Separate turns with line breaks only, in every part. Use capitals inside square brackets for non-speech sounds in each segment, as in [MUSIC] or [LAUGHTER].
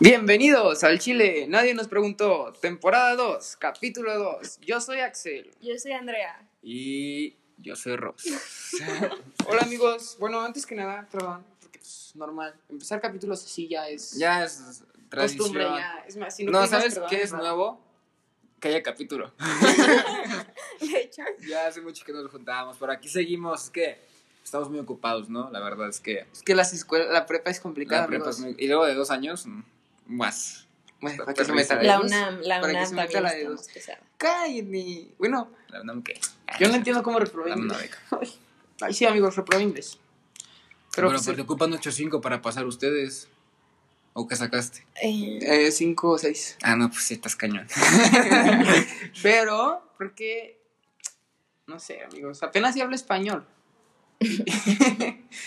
Bienvenidos al Chile, nadie nos preguntó, temporada 2, capítulo 2. Yo soy Axel
Yo soy Andrea.
y yo soy Ross. [LAUGHS] Hola amigos, bueno, antes que nada, perdón, porque es normal, empezar capítulos así ya es
Ya es tradición.
costumbre, ya Ah, es más, si
No,
pedimos
¿sabes
perdón,
qué es
¿no?
nuevo? Que haya capítulo. [LAUGHS]
De hecho,
ya hace mucho que no nos juntábamos, pero aquí seguimos, es que estamos muy ocupados, ¿no? La verdad es que
Es que las escuelas, la prepa es complicada,
la prepa es
amigos.
muy- Y luego de dos años, mm, más.
Bueno,
está
para que se
perrísima.
meta
la
de dos.
UNAM, la
para que
UNAM
se meta
también
la de
está
dos.
más pesada.
Cállenme. Bueno,
La verdad que...
yo no entiendo cómo reprobé
Dame una
inglés.
beca.
Ay, sí, amigos, reprobé inglés. Pero
Pero bueno,
pues,
pues te ocupan 8.5 para pasar ustedes. ¿O qué sacaste?
Eh,
eh, cinco o seis.
Ah, no, pues sí, estás cañón. [LAUGHS]
Pero, porque, no sé, amigos, apenas si hablo español.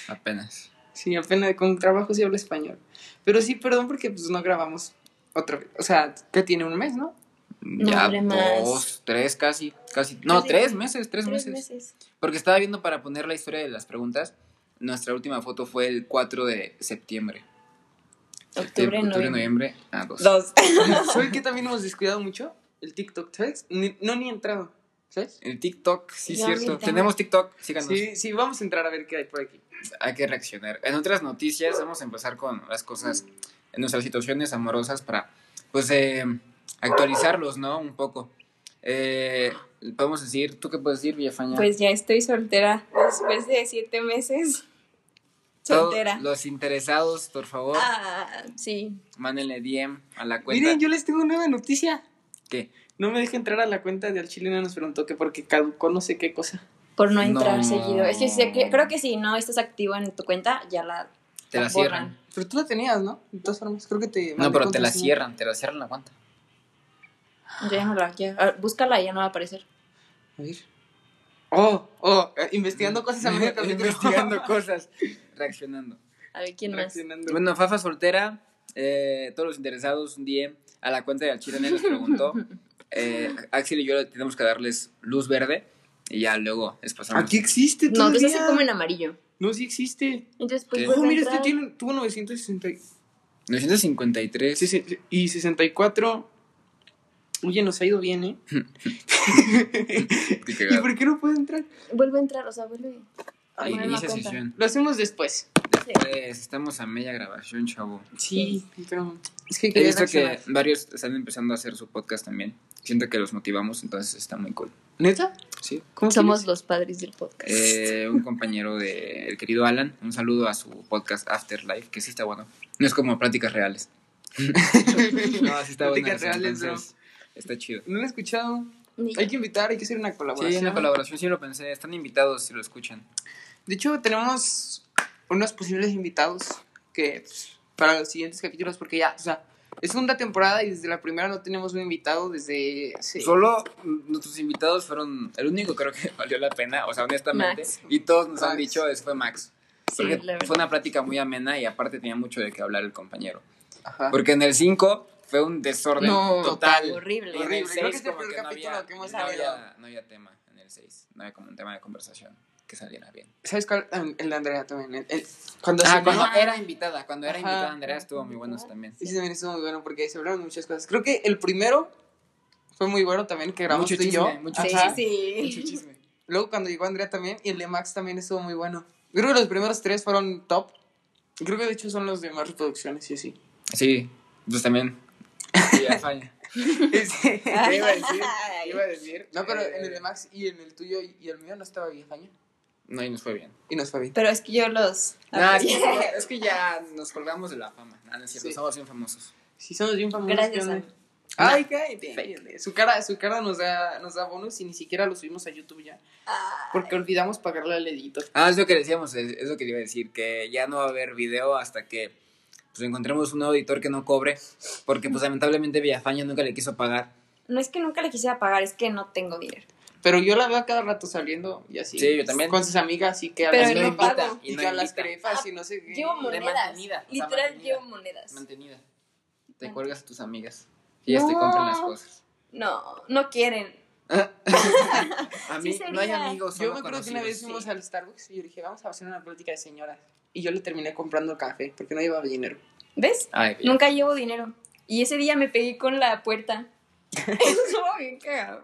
Apenas.
Sí, apenas con trabajo sí hablo español. Pero sí, perdón, porque pues no grabamos otra vez. O sea, que tiene un mes, [LAUGHS] ¿no?
ya
hombre, más.
dos, tres casi, casi. No,
Casi.
tres meses, tres,
tres
meses.
meses.
Porque estaba viendo para poner la historia de las preguntas. Nuestra última foto fue el 4 de septiembre.
Octubre, noviembre.
noviembre. Ah, dos.
Dos.
Soy que también hemos descuidado mucho el TikTok, ¿sabes? Ni- no ni he entrado, ¿sabes?
El TikTok, sí,
Ya
cierto.
ahorita.
Tenemos TikTok, síganos.
Sí, sí, vamos a entrar a ver qué hay por aquí.
Hay que reaccionar. En otras noticias, vamos a empezar con las cosas, en nuestras situaciones amorosas para, pues, eh, actualizarlos, ¿no? Un poco. Eh, podemos decir, ¿tú qué puedes decir, Villafaña?
Pues ya estoy soltera después de siete meses.
Todos
Soltera.
Los interesados, por favor,
Ah, sí.
mándenle DM a la cuenta.
Miren, yo les tengo una nueva noticia.
¿Qué?
No me deja entrar a la cuenta de Al Chile, no nos preguntó que porque caducó no sé qué cosa.
Por no entrar
No.
seguido. Es que sé que- creo que si no estás activo en tu cuenta, ya la.
Te la
borran.
cierran.
Pero tú la tenías, ¿no? De todas formas, creo que te...
No,
mandé
pero te la
contraseña.
cierran, te la cierran la cuenta.
Ya, no la. ya- ah, búscala, ya no va a aparecer.
A ver. Oh, oh, eh, investigando cosas a medio [LAUGHS] capítulo.
investigando cosas, reaccionando.
A ver quién más.
Reaccionando.
Bueno, Fafa soltera, eh, todos los interesados, un DM a la cuenta de Alchirane les
[LAUGHS]
preguntó. Eh, Axel y yo le tenemos que darles luz verde y ya luego les pasamos.
Aquí existe
No,
todavía.
entonces así como en amarillo.
No, sí existe.
Entonces, pues.
¿Qué?
vuelve
oh,
a
mira,
entrar.
este tiene, tuvo 960 y-
953.
sesen- y 64. Oye, nos ha ido bien, ¿eh?
Qué
[LAUGHS] ¿Y
cagado.
por qué no puede entrar?
Vuelve a entrar, o sea, vuelve.
Ahí
Bueno,
Inicia
la cuenta.
sesión.
Lo hacemos después.
Pues, estamos a media grabación, chavo.
Sí, pero es que
He
quería
visto que
reaccionar.
varios están empezando a hacer su podcast también. Siento que los motivamos, entonces está muy cool.
¿Neta?
Sí.
¿Cómo
Somos
quieres?
los padres del podcast.
Eh, un compañero de el querido Alan, un saludo a su podcast Afterlife, que sí está bueno. No es como pláticas reales.
[LAUGHS]
no, sí está bueno.
Pláticas reales, bro.
Está chido.
No lo he escuchado.
Ni-
Hay que invitar, hay que hacer una colaboración.
Sí, en la colaboración sí lo pensé. Están invitados si lo escuchan.
De hecho, tenemos unos posibles invitados que pues, para los siguientes capítulos, porque ya, o sea, es segunda temporada y desde la primera no tenemos un invitado desde hace-
Solo mm, nuestros invitados fueron el único creo que [LAUGHS] valió la pena, o sea, honestamente.
Max.
Y todos nos
Max.
han dicho, es fue Max.
Sí,
Porque
la verdad.
fue una plática muy amena y aparte tenía mucho de qué hablar el compañero.
Ajá.
Porque en el 5 fue un desorden
No,
total.
horrible.
Y en
Horrible.
el
Creo que
seis
es el
como
peor
que no
capítulo
había-
que hemos
no
salido.
había- No había tema en el 6. No había como un tema de conversación que saliera bien.
¿Sabes cuál? Um, El de Andrea también. el- el- cuando se
Ah, cuando
habló-
era invitada. Cuando era
Ajá.
invitada Andrea estuvo muy bueno también.
Ese también estuvo muy bueno porque se hablaron muchas cosas. Creo que el primero fue muy bueno también, que grabamos
Mucho
tú y
chisme,
yo.
[LAUGHS] mucho
Sí,
Ajá.
sí.
chisme.
Luego cuando llegó Andrea también, y el de Max también estuvo muy bueno. Creo que los primeros tres fueron top. Creo que de hecho son los de más reproducciones y [LAUGHS] así.
Sí, pues también. Sí, ya falla.
Sí.
¿Qué iba a decir? ¿Qué [LAUGHS] iba a decir?
No, pero
Eh,
en el de Max y en el tuyo y el mío no estaba Villafaña.
No, y nos fue bien.
Y nos fue bien.
Pero es que yo los.
Ah,
Nah, es, que, es que ya nos colgamos de la fama. Nah, no es cierto,
Sí.
somos bien famosos.
Sí, somos bien famosos.
Gracias
¿qué
a-
onda? Ay, cállate. cállate. Su cara, su cara nos, da, nos da bonus y ni siquiera lo subimos a YouTube ya. Porque olvidamos pagarle al editor.
Ah, es lo que decíamos, es, es lo que le iba a decir, que ya no va a haber video hasta que pues, encontremos un auditor que no cobre, porque pues lamentablemente Villafaña nunca le quiso pagar.
[LAUGHS] No es que nunca le quise pagar, es que no tengo dinero.
Pero yo la veo a cada rato saliendo y así.
Sí, yo también.
Con sus amigas y que a
Pero
las
no
invita,
pago.
y,
Y no
que a las
invita.
crefas y no sé qué.
Llevo monedas.
mantenida, o sea,
Literal,
mantenida.
llevo monedas.
Mantenida. Te cuelgas a tus amigas. Y ellas te compran las cosas.
No, no quieren.
A
Sí
mí no hay
sería.
amigos.
Yo
solo
me acuerdo que una
conocidos.
vez fuimos al Starbucks y yo dije, vamos a hacer una plática de señoras. Y yo le terminé comprando café porque no llevaba dinero.
¿Ves?
Ay, bien.
Nunca llevo dinero. Y ese día me pegué con la
[LAUGHS]
puerta. [LAUGHS] Estuvo bien cagado.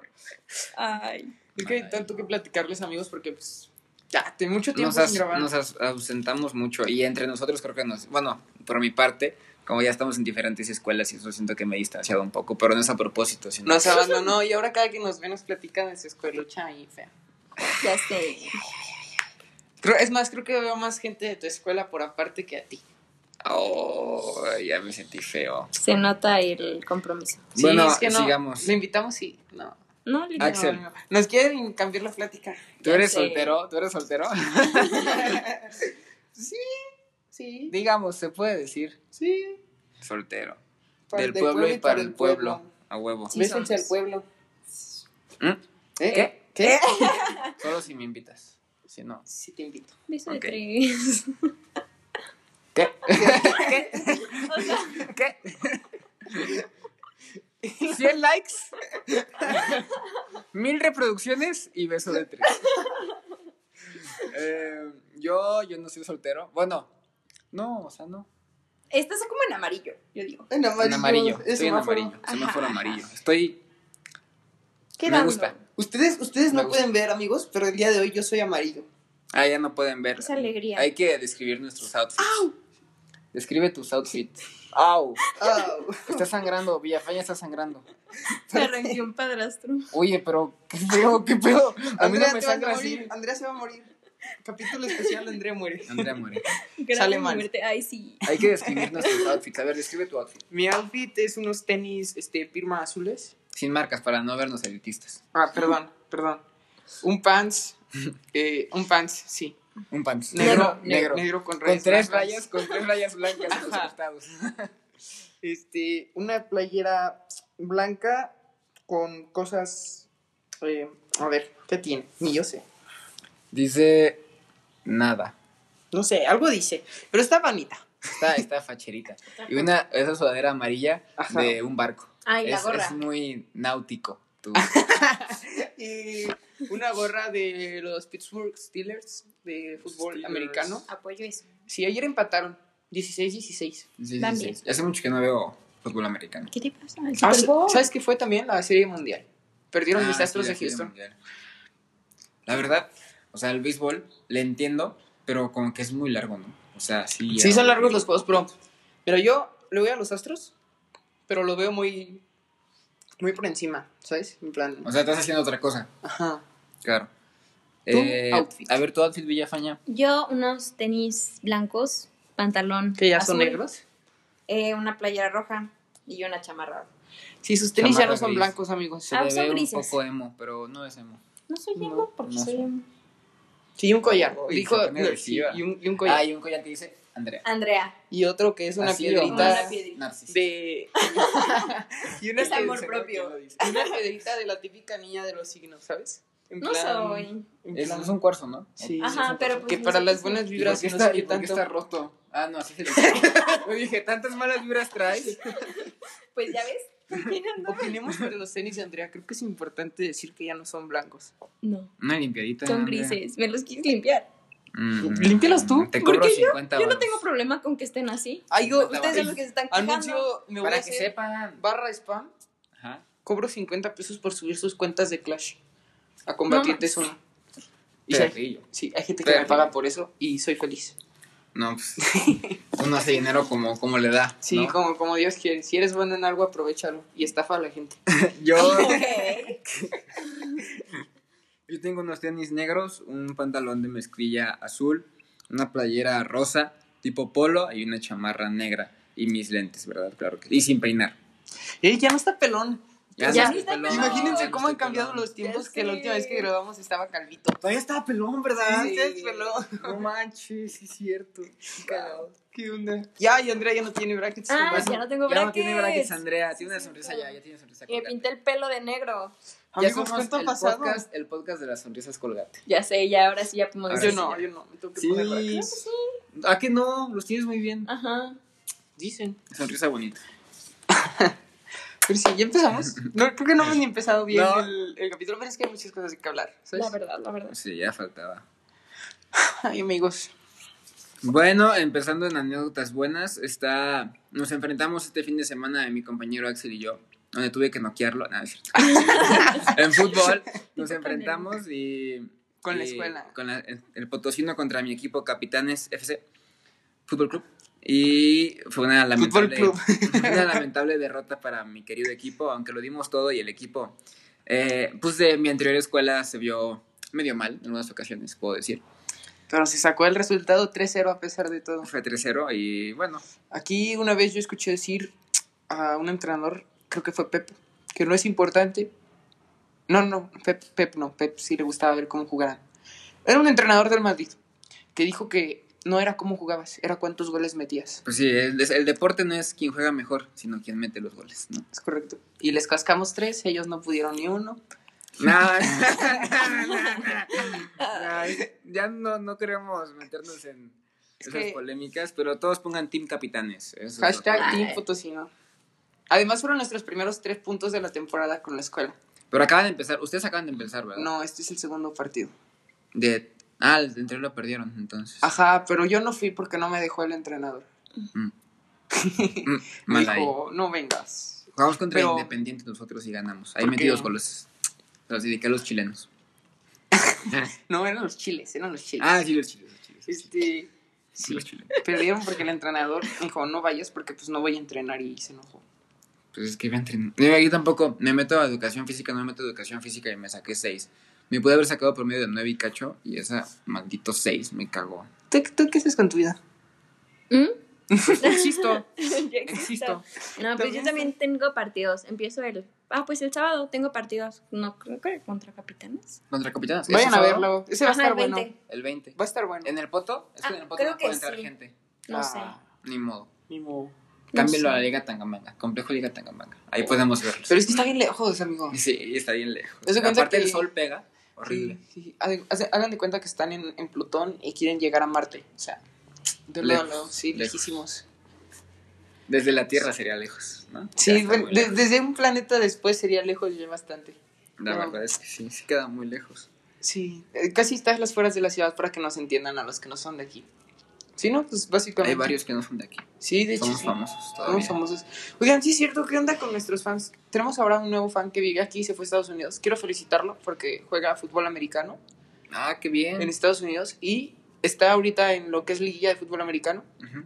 Ay.
Es que hay tanto que platicarles, amigos, porque pues ya, hace mucho tiempo
nos, as-
sin grabar.
nos as- ausentamos mucho y entre nosotros creo que nos, bueno, por mi parte, como ya estamos en diferentes escuelas y eso siento que me he distanciado un poco, pero no es a propósito, sino
Nos abandonó y ahora cada que nos ve nos platica de su escuelucha y fea.
Ya sé.
Creo- es más, creo que veo más gente de tu escuela por aparte que a ti.
Oh, ya me sentí feo.
Se nota el compromiso.
Sí,
bueno,
es que no,
sigamos.
Le invitamos y no.
No, le
Axel.
No, no, no. Nos quieren cambiar la plática.
¿Tú
ya
eres
sé.
soltero? ¿Tú eres soltero?
Sí,
Digamos, se puede decir.
sí.
Soltero.
para-
Del pueblo y para el pueblo. A huevo.
Sí.
Bésense
somos.
al pueblo.
¿Mm?
¿Eh?
¿Qué?
¿Qué?
Solo si me invitas. Si no.
Sí, te invito.
Beso de
Ok.
tres. [LAUGHS]
¿Qué?
O sea,
¿Qué? ¿100 likes? ¿Mil reproducciones? Y beso de tres. Eh, yo, yo no soy soltero. Bueno, no, o sea, no.
estás como en amarillo, yo digo.
En amarillo.
En amarillo.
es
Estoy en
semáforo.
amarillo. Semáforo
Ajá.
amarillo. Estoy.
¿Qué
Me gusta.
Ustedes, ustedes
Me
no
gusta.
pueden ver, amigos, pero el día de hoy yo soy amarillo.
Ah, ya no pueden ver.
Esa alegría.
Hay que describir nuestros outfits. Describe tus outfits. ¡Au!
Ah,
Está sangrando, Villafaña está sangrando.
Te arranqué un padrastro.
Oye, pero qué pedo, qué pedo. A mí
Andrea,
no me
te vas a
sangra
morir.
así.
Andrea se va a morir. Capítulo especial, Andrea muere.
Andrea muere.
Sale
Grave
mal.
muerte. Ay, sí.
Hay que describir nuestros outfits. A ver, describe tu outfit.
[LAUGHS] Mi outfit es unos tenis este, Pirma azules.
Sin marcas para no vernos elitistas.
Ah, perdón, perdón. Un pants, eh, un pants, sí.
Un pants.
Negro,
Negro,
negro,
negro.
negro con,
Con
rayas
tres
blancas.
rayas, con tres rayas blancas en los
Ajá.
costados.
Este, una playera blanca con cosas. eh, a ver, ¿qué tiene? Ni yo sé.
Dice nada.
No sé, algo dice. Pero está bonita.
Está, está facherita. Y una, esa sudadera amarilla
Ajá.
de un barco.
Ay, la
Es,
gorra.
es muy náutico. tu-
Y Eh, una gorra de los Pittsburgh Steelers de fútbol
Steelers.
americano.
Apoyo eso.
Sí, ayer empataron. 16-16.
Sí, sí,
También.
sí. Hace mucho que no veo fútbol americano.
¿Qué te pasa? El
Ah,
Super Bowl.
¿Sabes qué fue también? La Serie Mundial. Perdieron
Ah,
mis astros
sí,
de
la Serie
Houston.
Mundial. La verdad, o sea, el béisbol le entiendo, pero como que es muy largo, ¿no? O sea, sí.
Sí,
ya-
son largos los juegos, pero. Pero yo le voy a los astros, pero lo veo muy. Muy por encima, ¿sabes? En plan.
O sea, estás haciendo otra cosa.
Ajá.
Claro.
Tu
Eh,
outfit.
A ver, tu outfit Villafaña.
Yo unos tenis blancos, pantalón.
Que ya son
azul,
negros.
eh, una playera roja y una chamarra.
Sí, sus tenis ya
Chamarra
no son
gris.
blancos, amigos.
Se
Ah,
le
son
ve un
grises.
poco emo, pero no es emo.
No soy
No,
emo porque
no
soy
sé.
emo.
Sí, un collar.
Uy,
Dijo,
se pone
no,
agresiva.
sí, y, un, y un collar.
Ah, y un collar que dice Andrea.
Andrea.
Y otro que es una
Así de
piedrita
Una piedrita.
narcis.
de. [LAUGHS] y una
Es amor
que-
propio.
y Una piedrita de la típica niña de los signos, ¿sabes? En
No
plan-
soy.
en
Es,
plan-
es un cuarzo, ¿no?
Sí,
Ajá,
sí, sí.
pero pues
Que
no
para
sé
las
qué
buenas
¿Y por
vibras
qué
no
está,
sé
y
qué
por qué
tanto.
está roto? Ah, no, así se le Yo dije, tantas malas vibras traes.
Pues ya ves. ¿con quién
[LAUGHS]
ando?
Opinemos sobre los tenis de Andrea. Creo que es importante decir que ya no son blancos.
No.
Una limpiadita.
Son
Andrea.
grises. Me los quieres limpiar.
Mm.
Límpialos tú.
Te
¿Por
cobro
qué
50
Yo no
varos.
tengo problema con que estén así.
Ay, yo,
Ustedes son los que se están quejando.
[LAUGHS] Anuncio, me voy a
Para que
hacer
sepan.
barra spam.
Ajá.
Cobro 50 pesos por subir sus cuentas de Clash a combatientes uno. Y si hay,
Perrillo.
sí, hay gente que me
Perro.
paga por eso y soy feliz. [LAUGHS]
No, pues. Uno hace dinero como, como le da.
Sí,
¿no?
como, como Dios quiere. Si eres bueno en algo, aprovechalo y estafa a la gente.
Yo.
Ok.
Yo tengo unos tenis negros, un pantalón de mezclilla azul, una playera rosa tipo polo y una chamarra negra y mis lentes, ¿verdad? Claro que Y sin peinar.
[LAUGHS] Ey, ya no está pelón.
Ya
no
ni
estoy
está pelón.
Imagínense
no
cómo han
estoy
cambiado
pelón.
los tiempos
Ya
que la
sé.
última vez que grabamos estaba calvito.
Todavía estaba pelón, ¿verdad?
Sí, sí, es pelón.
No manches, sí es cierto. Cagado.
¿Qué onda? Ya, y Andrea ya no tiene brackets.
Ah,
Bueno,
ya no tengo
Ya
brackets.
no tiene brackets, Andrea. Tiene una sonrisa ya, ya tiene
Eh,
sonrisa
Y me
colgate.
pinté el pelo de negro.
Ya
Amigos,
somos
¿cuánto ha
el
pasado?
podcast, el podcast de las sonrisas colgate.
Ya sé, ya ahora sí ya podemos
Ahora
yo
sí,
no,
ya.
yo no. Me tengo que
Sí.
poner brackets.
¿A que no? Los tienes muy bien.
Ajá.
Dicen.
Sonrisa bonita.
Pero sí, ya empezamos. No, creo que no hemos ni empezado bien
No.
el, el capítulo, pero es que hay muchas
Pues,
cosas que hablar. ¿sabes?
La verdad, la verdad.
Sí, ya faltaba.
Ay, amigos.
Bueno, empezando en anécdotas buenas, está, nos enfrentamos este fin de semana mi compañero Axel y yo, donde tuve que noquearlo, nada,
[LAUGHS]
es cierto. en fútbol nos enfrentamos y...
Con la
y-
escuela.
Con la- el Potosino contra mi equipo Capitanes FC Fútbol Club. Y fue una lamentable, [LAUGHS]
Club.
una lamentable derrota para mi querido equipo, aunque lo dimos todo y el equipo, eh, pues de mi anterior escuela se vio medio mal en algunas ocasiones, puedo decir.
Pero se sacó el resultado 3-0 a pesar de todo.
Fue 3-0 y bueno,
Aquí una vez yo escuché decir a un entrenador, creo que fue Pep, que no es importante. No, no, Pep, Pep no, Pep sí le gustaba ver cómo jugaban. Era un entrenador del Madrid que dijo que no era cómo jugabas, era cuántos goles metías.
pues sí, el, el deporte no es quien juega mejor, sino quien mete los goles,
[LAUGHS]
¿no?
Es correcto. Y les cascamos tres, ellos no pudieron ni uno. Ah.
Nah, nah, nah, nah. Ay, ya no, no queremos meternos en
Es
esas
que-
polémicas, pero todos pongan Team Capitanes. eso es lo
Hashtag
que-
Team Potosino. Además fueron nuestros primeros tres puntos de la temporada con la escuela.
Pero acaban de empezar, ustedes acaban de empezar, ¿verdad?
No, este es el segundo partido.
De, ah, el de entre lo perdieron, entonces.
Ajá, pero yo no fui porque no me dejó el entrenador.
Mm,
Me
mal ahí.
dijo, no vengas.
Jugamos contra
pero-
Independiente nosotros y ganamos. Ahí
¿Por qué?
metidos goles. Los dediqué a los
[LAUGHS]
chilenos.
No, eran los chiles, eran los chiles.
Ah, sí, los chilenos. los chilenos, los
este, sí,
chilenos, los chilenos.
perdieron porque el entrenador dijo, no vayas porque pues no voy a entrenar y se enojó.
Pues es que iba a entrenar. Mira, Yo tampoco me meto a educación física, no me meto a educación física y me saqué 6. Me pude haber sacado promedio de 9 y cacho y esa maldito 6 me cagó.
¿Tú, tú qué haces con tu vida?
¿Mm?
Existo,
[LAUGHS] Ya
existo.
No, pues yo también tengo partidos. Empiezo el. Ah, pues el sábado tengo partidos. No, creo que contra capitanes.
Contra capitanes.
Vayan
Ese
a
sábado,
verlo, ese va a
Ajá,
estar
el
bueno.
20.
El 20.
Va a estar bueno.
¿En el poto? Es que
Ah,
en el poto
creo
no puede
que
entrar
sí.
gente.
No sé.
Ni modo.
Ni modo.
sé.
Cámbialo a la Liga Tangamanga. Complejo Liga Tangamanga. Ahí podemos verlos.
Pero es que está bien lejos, amigo.
[LAUGHS] Sí, está bien lejos.
Haz de cuenta
Aparte el
que-
sol pega. Horrible.
Sí, sí. Hagan- hagan- Hagan de cuenta que están en, en Plutón y quieren llegar a Marte. O sea, de lado a
Lejos,
lado, sí,
lejos.
lejísimos.
Desde la Tierra sería lejos, ¿no? Ya
Sí,
está
bueno,
muy
de-
lejos.
desde un planeta después sería lejos ya bastante.
La verdad es que sí, sí queda muy lejos.
Sí, eh, casi está en las fueras de la ciudad para que nos entiendan a los que no son de aquí. Sí, no, pues básicamente.
Hay varios que no son de aquí.
Sí, de hecho.
Somos
sí.
famosos todavía.
Somos famosos. Oigan, sí es cierto, ¿qué onda con nuestros fans? Tenemos ahora un nuevo fan que vive aquí y se fue a Estados Unidos. Quiero felicitarlo porque juega fútbol americano
Ah, qué bien.
en Estados Unidos y está ahorita en lo que es liguilla de fútbol americano.
Ujú.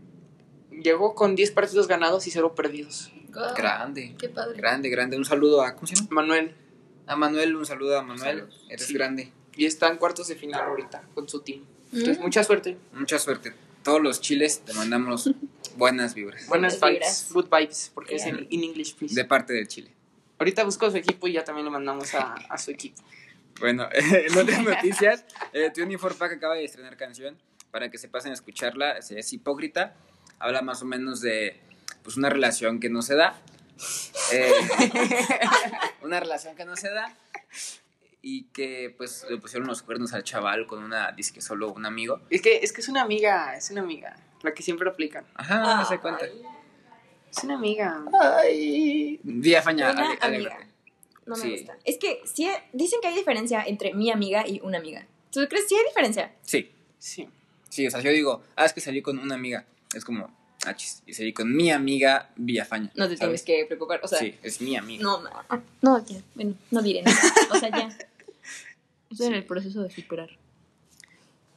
Llegó con 10 partidos ganados y 0 perdidos.
Ah.
Go.
Grande,
Qué padre.
grande, grande. Un saludo a. ¿Cómo se llama?
Manuel,
A Manuel, un saludo a Manuel.
Saludos.
Eres
Sí.
grande.
y está en cuartos de final ahorita con su team. Entonces,
Mm.
mucha suerte.
Mucha suerte. Todos los chiles te mandamos [LAUGHS] buenas vibras.
Buenas
Buenas
vibes,
vibras.
good vibes, porque es
Yeah.
en in English, please.
De parte de Chile.
Ahorita busco su equipo y ya también le mandamos a, a su equipo.
Bueno, [LAUGHS] en otras noticias, eh, 24 Pack acaba de estrenar canción para que se pasen a escucharla. Es, es hipócrita. Habla más o menos de pues, una relación que no se da. Eh, [LAUGHS] una relación que no se da. Y que pues le pusieron los cuernos al chaval con una disque solo un amigo.
Es que es que es una amiga, es una amiga, la que siempre aplican.
Ajá, no se cuenta.
Es una amiga.
Ay.
Día faña,
Una
ale- alégrate.
amiga. No me
Sí.
gusta. Es que sí, dicen que hay diferencia entre mi amiga y una amiga. ¿Tú crees que sí hay diferencia?
Sí,
Sí.
sí, o sea, yo digo, ah, es que salí con una amiga. Es como, ah, chis, y salí con mi amiga Villafaña.
No te
¿sabes?
tienes que preocupar. O sea,
Sí, es mi amiga.
No, no, no, ya, bueno, no diré nada. O sea,
[LAUGHS]
ya. Estoy en el proceso de superar.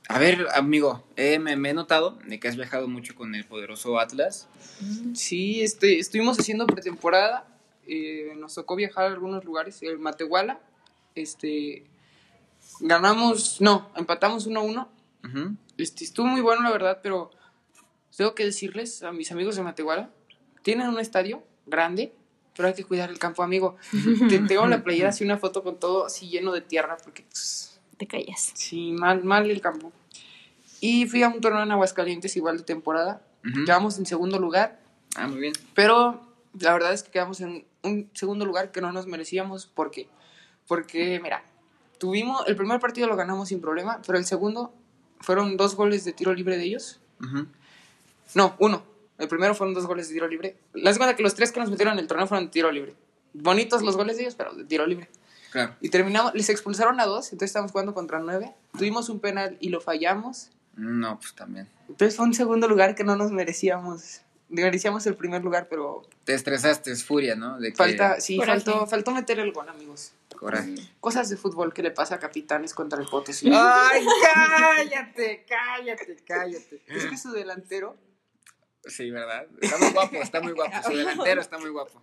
A ver, amigo, eh, me, me he notado de que has viajado mucho con el poderoso Atlas.
Sí, este, estuvimos haciendo pretemporada. eh, nos tocó viajar a algunos lugares. El Matehuala, este, ganamos, no, empatamos 1-1.
Ujú.
Este, estuvo muy bueno, la verdad, pero tengo que decirles a mis amigos de Matehuala, tienen un estadio grande, pero hay que cuidar el campo, amigo. Te tengo en la playera así una foto con todo así lleno de tierra, porque pues,
Te callas.
sí, mal, mal el campo. Y fui a un torneo en Aguascalientes, igual de temporada.
Ujú.
Quedamos en segundo lugar,
Ah, muy bien.
pero la verdad es que quedamos en un segundo lugar que no nos merecíamos. ¿Por qué? Porque, mira, tuvimos. El primer partido lo ganamos sin problema, pero el segundo fueron dos goles de tiro libre de ellos.
Ujú.
No, uno. El primero fueron dos goles de tiro libre. La segunda que los tres que nos metieron en el torneo fueron de tiro libre. Bonitos los goles de ellos, pero de tiro libre.
Claro.
Y terminamos, les expulsaron a dos, entonces estábamos jugando contra nueve. Tuvimos un penal y lo fallamos.
No, pues también.
Entonces fue un segundo lugar que no nos merecíamos. Merecíamos el primer lugar, pero
Te estresaste, es furia, ¿no? De que-
falta, sí,
Coraje.
faltó, faltó meter el gol, amigos.
Coraje.
Cosas de fútbol que le pasa a capitanes contra el Potosí.
¡Ay, cállate, cállate, cállate!
Es que su delantero
Sí, ¿verdad? Está muy guapo, está muy guapo. Su delantero está muy guapo.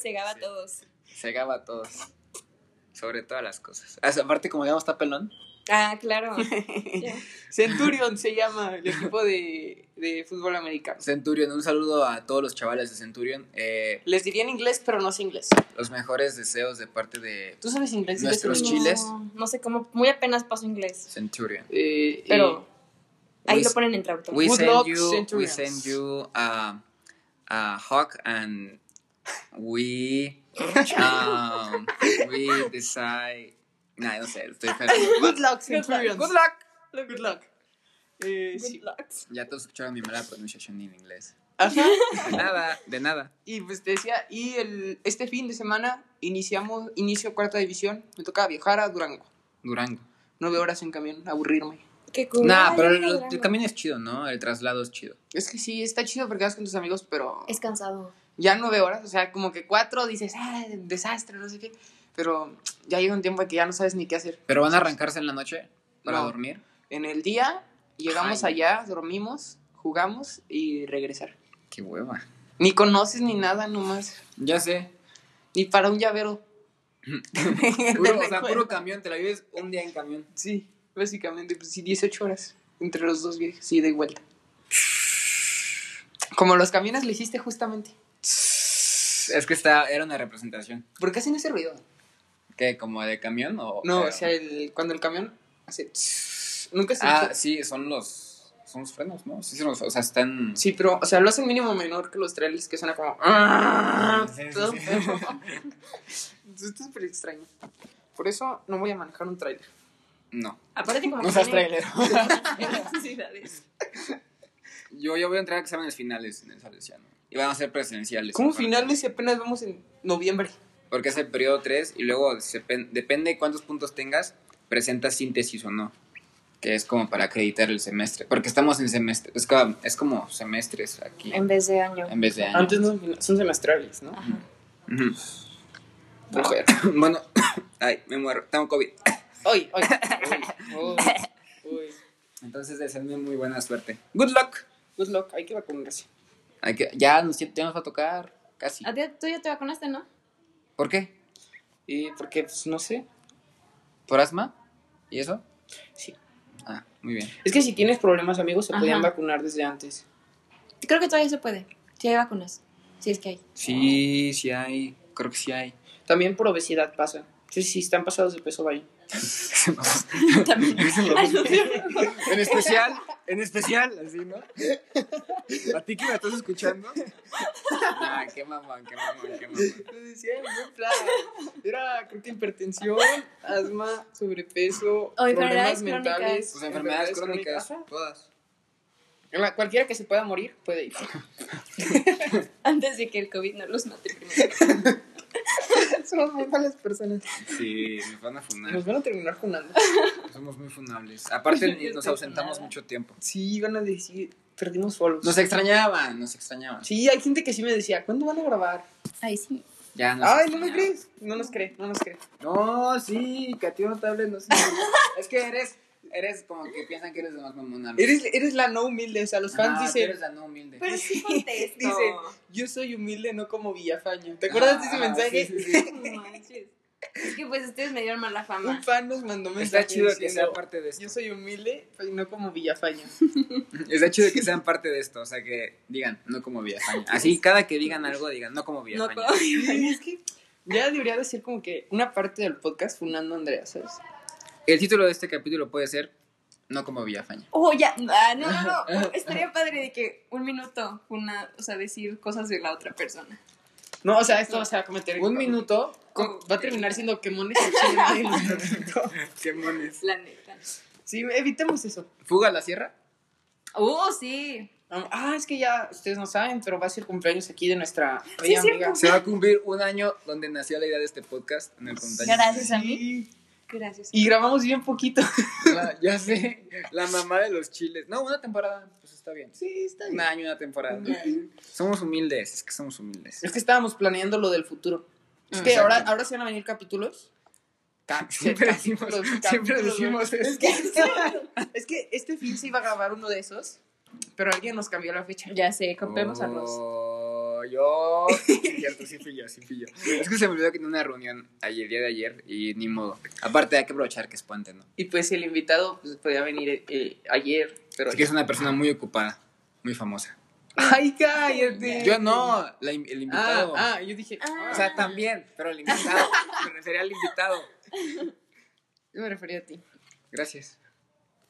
Cegaba a todos.
Cegaba a todos. Sobre todas las cosas. Ah, Aparte, como digamos, está pelón.
Ah,
[LAUGHS]
claro.
Centurion se llama el equipo de, de fútbol americano.
Centurion, un saludo a todos los chavales de Centurion. Eh,
Les diría en inglés, pero no sé inglés.
los mejores deseos de parte de
¿Tú sabes inglés? ¿Sí
Nuestros
sabes
No,
inglés?
chiles.
No sé cómo, muy apenas paso inglés.
Centurion.
Eh,
Pero ahí
we-
lo ponen en traductor.
We
Good
send
luck,
you, we
Centurions.
send you a, a hawk and we, um, we decide. Nah, no sé, estoy
eh,
feliz.
good luck, Centurions.
Good
luck. Good luck. Eh,
Good
sí.
luck.
Ya todos escucharon mi mala pronunciación en inglés.
Ajá.
De nada, de nada.
Y pues te decía, y el, este fin de semana iniciamos, inicio cuarta división, me toca viajar a Durango.
Durango.
Nueve horas en camión, aburrirme.
Qué cool.
nah,
Ay,
pero
no,
el,
no,
el
no.
camino es chido, ¿no? El traslado es chido.
Es que sí, está chido porque vas con tus amigos, pero
Es cansado.
ya nueve horas, o sea, como que cuatro dices, ah, desastre, no sé qué. Pero ya llega un tiempo en que ya no sabes ni qué hacer.
Pero van a arrancarse en la noche para
No.
dormir.
En el día, llegamos
Ay.
allá, dormimos, jugamos y regresar.
Qué hueva.
Ni conoces ni nada nomás.
Ya sé.
[LAUGHS] Ni para un llavero.
[LAUGHS] Puro, o sea, puro camión, te la vives un día en camión.
Sí, básicamente, pues sí, 18 horas entre los dos viajes, ida y vuelta. Como los camiones lo hiciste justamente.
Es que está, era una representación.
¿Por qué hacen ese ruido?
¿Qué? ¿Como de camión o...?
No,
eh,
o sea, el- cuando el camión hace... Nunca se
Ah, sí, son los. Son los frenos, ¿no? Sí, son los. O sea, están.
Sí, pero, o sea, lo hacen mínimo menor que los trailers que suena como... "Ah,
Sí, sí, sí.
Todo feo. Esto es súper extraño. Por eso no voy a manejar un trailer.
No.
Aparte como
No
que
seas
tiene
trailer. [LAUGHS]
[LAUGHS] muchas necesidades.
Yo, yo voy a entrar a exámenes finales en el Salesiano. Y van a ser presenciales.
¿Cómo
aparte.
finales si apenas vamos en noviembre?
Porque es el periodo 3 y luego se pen- depende de cuántos puntos tengas, presentas síntesis o no. Que es como para acreditar el semestre. Porque estamos en semestre. Es como, es como semestres aquí.
En vez de año.
En vez de año.
Em, Antes no, son fina- son semestrales, ¿no?
Ajá.
Ujú. [COUGHS]
Mujer.
bueno, [COUGHS] ay, me muero. Tengo COVID.
Hoy, [LAUGHS] hoy. Uy, uy.
Entonces, deseenme muy buena suerte. Good luck.
Good luck, hay que vacunarse.
Hay que- ya, nos, ya nos va a tocar. Casi.
Ah.
A ti, tú ya te vacunaste, ¿no?
¿Por qué?
Y porque, pues, no sé.
¿Por asma? ¿Y eso?
Sí.
Ah, muy bien.
Es que si tienes problemas, amigos, se
Ajá.
podían vacunar desde antes.
Creo que todavía se puede. Si hay vacunas. Si es que hay.
Sí, sí hay. Creo que sí
[LAUGHS]
hay.
También por obesidad pasa. Sí, sí, están pasados de peso, [LAUGHS] vaya.
[LAUGHS]
También. Ay, no,
en especial, en especial, así, ¿no? ¿A ti que me estás escuchando? Ah, qué mamón, qué mamón, qué mamón.
Lo decía en buen plan. Era, creo que hipertensión, asma, sobrepeso,
O enfermedades crónicas.
Pues enfermedades crónicas, todas.
Ajá. La- Cualquiera que se pueda morir puede ir.
Antes de que el COVID no los mate.
[LAUGHS] Somos muy malas personas.
Sí, nos van a funar.
Nos van a terminar junando.
Somos muy funables. Aparte,
[LAUGHS] Yo
nos
estoy
ausentamos
funada.
mucho tiempo.
Sí, van a decir, perdimos followers.
Nos extrañaban, nos extrañaban.
Sí, hay gente que sí me decía, ¿cuándo van a grabar?
Ay, sí.
Ya nos
Ay, no me
extrañaban.
crees. No nos cree, no nos cree.
No, sí, que a ti no te hables, no sé. es que eres, eres como que piensan que eres la más mamona.
[LAUGHS] Eres, eres la no humilde, o sea, los fans
Ajá, tú
dicen,
eres la no humilde.
Pero [LAUGHS] sí contesto.
Dice, yo soy humilde, no como Villafaño. ¿Te acuerdas de ese
Ah,
mensaje?
sí, sí,
[LAUGHS]
sí.
No manches. Es que pues ustedes me dieron mala fama.
Un fan nos mandó mensaje
Está chido que
diciendo,
sean parte de
[LAUGHS] yo
esto.
soy humilde, pero no como
[LAUGHS]
Villafaño.
Está chido que sean parte de esto, o sea que digan, no
[LAUGHS]
como Villafaña. Así, cada que digan algo, digan, no como
No
Villafaña.
co-
Sí, es que ya debería decir como que una parte del podcast funando a Andrea, ¿sabes?
El título de este capítulo puede ser, no
[LAUGHS]
como Villafaña.
Oh, ya. Ah, no, no, no. Estaría padre de que un minuto, una, o sea, decir cosas de la otra persona.
No, o sea, esto o sea, cometer
Un minuto.
con- va a terminar siendo quemones al chile, nadie nos lo quitó.
Qué mones.
La neta.
Sí, evitemos eso.
Fuga a la sierra.
Oh, sí.
Ah, es que ya ustedes no saben, pero va a ser cumpleaños aquí de nuestra
Sí,
bella
es
amiga.
cierto.
Se va a cumplir un año donde nació la idea de este podcast en el cumpleaños.
Gracias a mí.
Sí.
Gracias.
Y grabamos bien poquito.
La- Ah, ya sé, la mamá de los chiles. No, una temporada, pues está bien.
Sí, está
Un año, una temporada. Somos humildes, es que somos humildes.
Es que estábamos planeando lo del futuro. Es
Mm,
que
exacto.
ahora, ahora se van a venir capítulos.
Ca- Siempre decimos,
capítulos,
siempre
capítulos,
decimos
¿no?
eso.
Es que, es que este fin se iba a grabar uno de esos, pero alguien nos cambió la fecha.
Mm. Ya sé, compremos arroz.
Oh, Yo. Sí, cierto, sí fui yo, sí fui yo. Es que se me olvidó que en una reunión ayer, el día de ayer, y ni modo. Aparte, hay que aprovechar que es puente, ¿no?
Y pues el invitado pues, podía venir eh, ayer, pero...
Así que es una persona muy ocupada, muy famosa.
[LAUGHS] ¡Ay, cállate!
Yo no, la in- el invitado.
Ah, ah, yo dije...
Ah.
O sea, también, pero el invitado. Me refería al invitado.
Yo me refería a ti.
Gracias.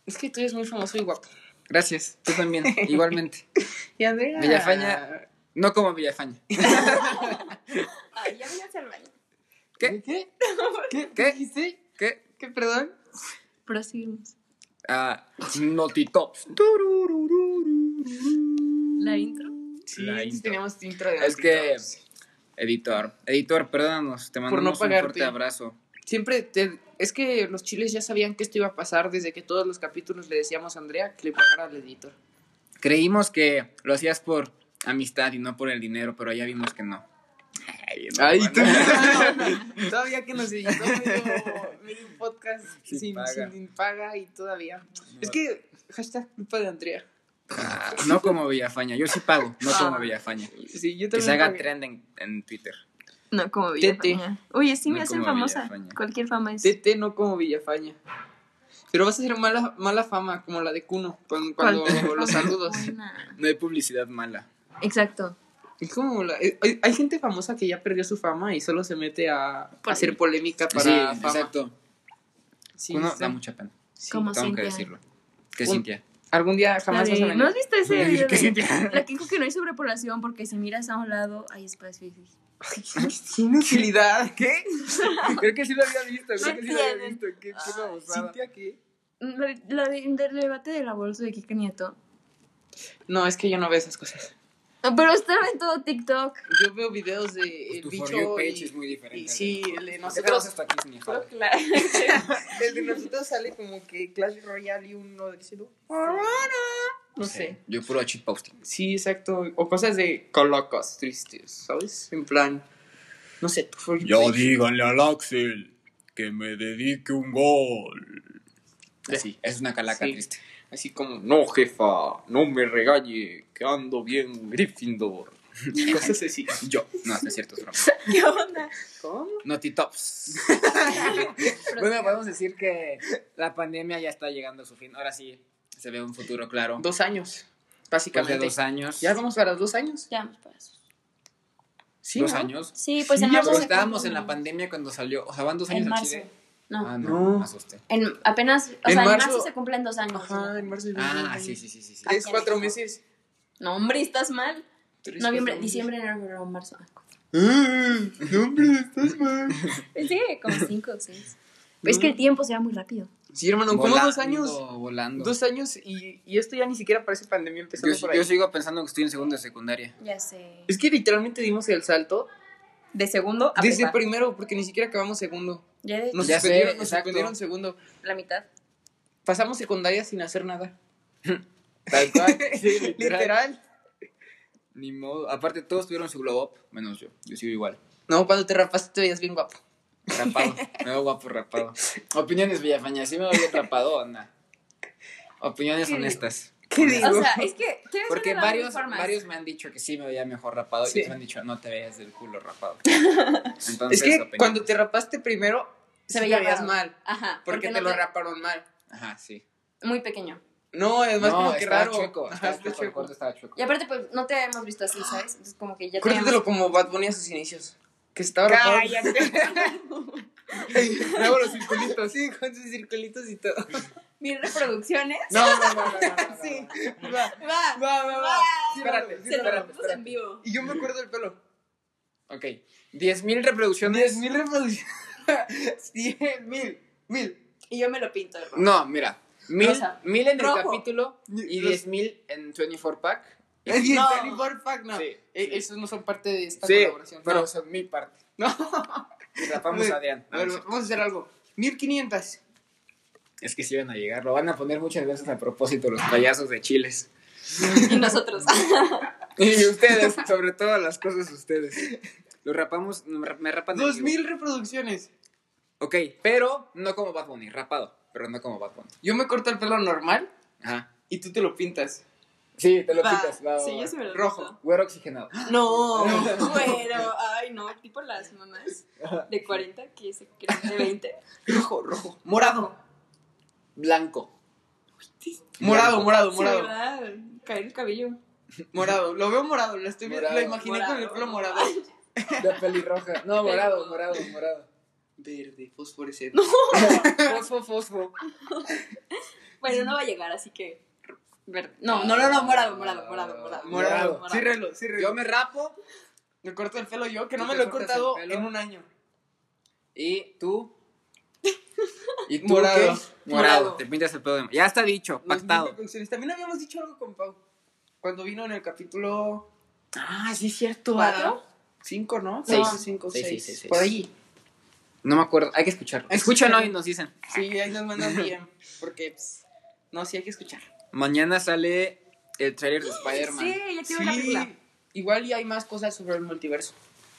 Es que tú eres muy famoso y guapo.
Gracias, tú
[LAUGHS]
también, igualmente.
Y Andrea...
Villafaña. No como Villafaña.
Ay, ya voy a hacer baño.
¿Qué? ¿Qué?
¿Qué? ¿Qué? ¿Qué?
¿Qué? ¿Perdón?
Proseguimos.
Ah, Notitops.
La intro.
Sí,
La
antes
intro.
teníamos intro de
Es que, editor, editor, perdónanos, te
no
mandamos un
pagarte.
fuerte abrazo.
Siempre te- es que los chiles ya sabían que esto iba a pasar desde que todos los capítulos le decíamos a Andrea que le pagara al editor.
Creímos que lo hacías por amistad y no por el dinero, pero ya vimos que no. Ay, no, bueno.
todavía que nos editó medio, medio un podcast sin,
Sin
sin
paga.
paga. y todavía. Es que hashtag culpa de Andrea.
Ah, no como Villafaña, yo sí pago, no como
Ah.
Villafaña.
Sí, yo
Que
también
se haga
pagué.
trend en, en Twitter.
No, como
Tete.
Villafaña. Oye, sí
No
me hacen
como
famosa.
Villafaña.
Cualquier fama es.
Tete no como Villafaña. Pero vas a hacer mala, mala fama como la de Cuno cuando, cuando
Cualquier fama
los
es
saludos.
buena.
No hay publicidad mala.
Exacto.
Es como la- eh, hay, hay gente famosa que ya perdió su fama y solo se mete a, a hacer polémica para
sí,
fama.
exacto.
Sí,
Uno
sí.
da mucha pena.
Sí.
Como
Tengo que
Cintia.
decirlo. Que
Un-
Cintia.
Algún día jamás
La
vas a
de- ¿No has
venir.
visto ese video
Que
de-
Cintia.
La que dijo que no hay sobrepoblación porque si miras a un lado hay espacio. y-
[LAUGHS] Sin utilidad.
¿Qué? [LAUGHS] Creo que sí lo había visto, creo que sí lo había
entienden.
visto. Qué, qué babosada.
¿Cintia qué?
La de- la de- del debate de la bolsa de Kike Nieto.
No, es que yo no veo esas cosas.
Ah, Pero estaba en todo TikTok.
Yo veo videos de el
Pues tu For You
bicho
page
y,
es muy diferente.
y sí, el de
Dejamos
nosotros.
esto aquí sin hija.
El de nosotros sale como que Clash Royale y uno de Xelu. No sé.
Yo puro cheat posting.
Sí, exacto. O cosas de colocos tristes, ¿sabes? En plan, no sé, tu For You page.
díganle al Axel que me dedique un gol. Sí, es una calaca
Sí.
triste.
Así como, no jefa, no me regañe, que ando bien Gryffindor. Cosas así.
Yo, no, no es cierto, [LAUGHS] es broma.
[LAUGHS] ¿Qué onda?
¿Cómo?
Naughty Tops. [LAUGHS] bueno, podemos decir que la pandemia ya está llegando a su fin. Ahora sí se ve un futuro claro.
Dos años,
Después de
básicamente.
dos años.
Ya vamos para los dos años.
Ya, pues.
Sí,
dos
¿no?
años.
Sí, pues en
Sí,
marzo.
Pero
se
estábamos
cumple-
en la pandemia cuando salió. O sea, van dos años
En
al
marzo.
chile.
No.
Ah, no,
No.
me asusté.
En, apenas. O
En
sea, en marzo
marzo
se cumplen dos años.
Ajá, en marzo. y
Ah,
noviembre.
sí, sí, sí, sí. sí.
Es cuatro meses.
No, hombre, estás mal.
Tres,
Noviembre,
cuatro meses.
diciembre, enero, febrero, marzo. ah,
Eh, no, hombre, [LAUGHS] estás mal.
Eh, Sí, como [LAUGHS] cinco o seis. Es que el
Mm.
tiempo se va muy rápido.
Sí, hermano, ¿cómo
Volando,
dos años?
Volando.
Dos años y, y esto ya ni siquiera parece pandemia empezando
Yo,
por ahí.
yo sigo pensando que estoy en segundo de secundaria.
Ya sé.
Es que literalmente dimos el salto
De segundo a
desde
prepa.
primero, porque ni siquiera acabamos segundo.
Ya de
Nos
Ya sé,
suspendieron, nos
exacto.
suspendieron segundo.
la mitad.
Pasamos secundaria sin hacer nada.
Tal
[LAUGHS]
cual. Sí,
Literal.
Ni modo. Aparte, todos tuvieron su glow up, menos yo. Yo sigo igual.
No, cuando te rapaste te veías bien guapo.
Rapado. Me veo guapo rapado. Opiniones, Villafaña. ¿Sí me veo bien rapado o no? Opiniones
¿Qué?
honestas.
¿Qué
Honestas.
digo?
O sea, es que. ¿qué es
Porque
una de las
varios,
formas?
varios me han dicho que sí me veía mejor rapado y
Sí.
otros me han dicho no te veas del culo rapado.
[LAUGHS] es
Entonces,
que
opiniones.
cuando te rapaste primero,
Se
se
veía
veías
raro.
mal.
Ajá.
Porque,
no
te lo raparon mal.
Ajá, sí.
Muy pequeño.
No, es más
no,
como que
estaba
raro.
chueco.
Ajá,
Estaba
está
chueco. El
chueco.
cuarto estaba chueco.
Y aparte, pues no te hemos visto así, ¿sabes? Entonces, como que ya te.
Acuérdatelo
habíamos-
como Bad Bunny a sus inicios. Que estaba rapado. [LAUGHS] Luego los circulitos. Sí, con sus circulitos y todo.
Mil reproducciones.
No, no, no, no, no, no, no.
Sí. Va,
Va.
va, va. va. Sí, espérate, sí,
Se lo
espérate,
vemos en
espérate.
vivo.
Y yo me acuerdo del pelo. [LAUGHS]
Ok. 10.000 reproducciones.
10.000
[LAUGHS]
reproducciones. 10.000. 1000.
Y yo me lo pinto. de rojo.
No, mira. Mil,
Rosa.
mil en el
Rojo.
capítulo y
Los-
10.000 en 24 pack.
Es
No.
Pack, no.
Sí,
Eh,
sí.
Esos no son parte de esta
Sí,
colaboración.
pero [LAUGHS]
No.
son mi parte.
No.
Y rapamos a Adrián.
A ver, vamos a hacer algo. 1500.
Es que si van a llegar, lo van a poner muchas veces a propósito los payasos de chiles.
Y nosotros.
Y ustedes, [LAUGHS] sobre todo las cosas ustedes. Lo rapamos, me rapan. el
2000 reproducciones.
Ok, pero no como Bad Bunny, rapado, pero no como Bad Bunny.
Yo me corto el pelo normal
Ajá.
y tú te lo pintas.
Sí, te lo
Va,
quitas. va, va,
Ah, Sí,
va.
yo se me lo
Rojo.
quito.
Güero oxigenado.
[LAUGHS]
No.
Güero, ay no, tipo las mamás de 40 que se creen de 20.
Rojo, rojo. Morado.
Blanco.
Morado, morado,
Sí,
morado.
¿verdad? Caer el cabello.
Morado. Lo veo morado, lo estoy viendo. Lo
Morado.
imaginé con el pelo morado.
La pelirroja. No, morado, morado, morado.
Verde, fosforescente.
Fosfo, fosfo.
Bueno, no va a llegar, así que. verde. No, no, no, no, morado, morado, morado, morado.
Morado.
morado.
Círralo,
Yo
círralo.
me rapo
Me corto el pelo yo, que no
¿Tú
me
te
lo he
cortas
cortado
el pelo?
en un año.
y tú. Y tú
Morado.
qué? Morado.
Morado.
Te pintas el pelo de. Ya está dicho,
2000
pactado.
reproducciones. También habíamos dicho algo con Pau. Cuando vino en el capítulo
Ah, sí, es cierto.
¿Cuatro?
5, ¿no?
Seis.
5,
Seis,
6.
seis, seis,
Por
seis.
ahí.
No me acuerdo, hay que escucharlo.
Escúchalo.
Escúchenlo y nos dicen.
Sí, ahí nos mandan bien. Porque, pues, no, sí hay que escuchar.
Mañana sale el trailer de Spider-Man.
Sí, ya quiero ver la película.
igual y hay más cosas sobre el multiverso.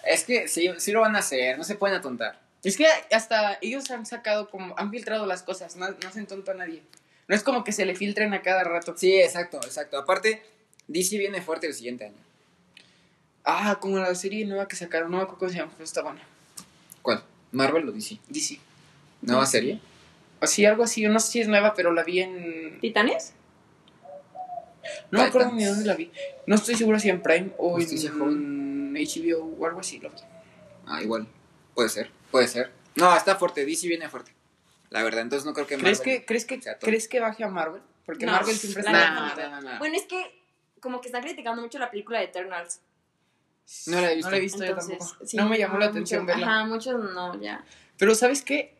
Es que sí, sí lo van a hacer, no se pueden atontar.
Es que hasta ellos han sacado como, han filtrado las cosas, no, no hacen tonto a nadie. No es como que se le filtren a cada rato.
Sí, exacto, exacto. Aparte, DC viene fuerte el siguiente año.
Ah, como la serie nueva que sacaron, no me acuerdo cómo se llama, pero está buena.
¿Cuál? ¿Marvel o DC?
DC.
¿Nueva serie?
O sí, algo así, yo no sé si es nueva, pero la vi en...
¿Titanes?
No me acuerdo
Titans.
ni dónde la vi. No estoy seguro si en Prime o
Justicia
en HBO o algo así. Lo vi.
Ah, igual. Puede ser, puede ser. No, está fuerte, DC viene fuerte. La verdad, entonces no creo que
¿Crees
Marvel-
que, ¿crees, que,
O sea, todo.
¿Crees que baje a Marvel? Porque
No,
Marvel siempre
la
está...
neta
Nah, nah, nah, nah.
Bueno, es que como que están criticando mucho la película de Eternals.
No la he visto.
No la he visto yo
Entonces,
tampoco.
sí,
no me llamó la
muchos-
atención verla.
Ajá, muchos no, ya.
Pero ¿sabes qué?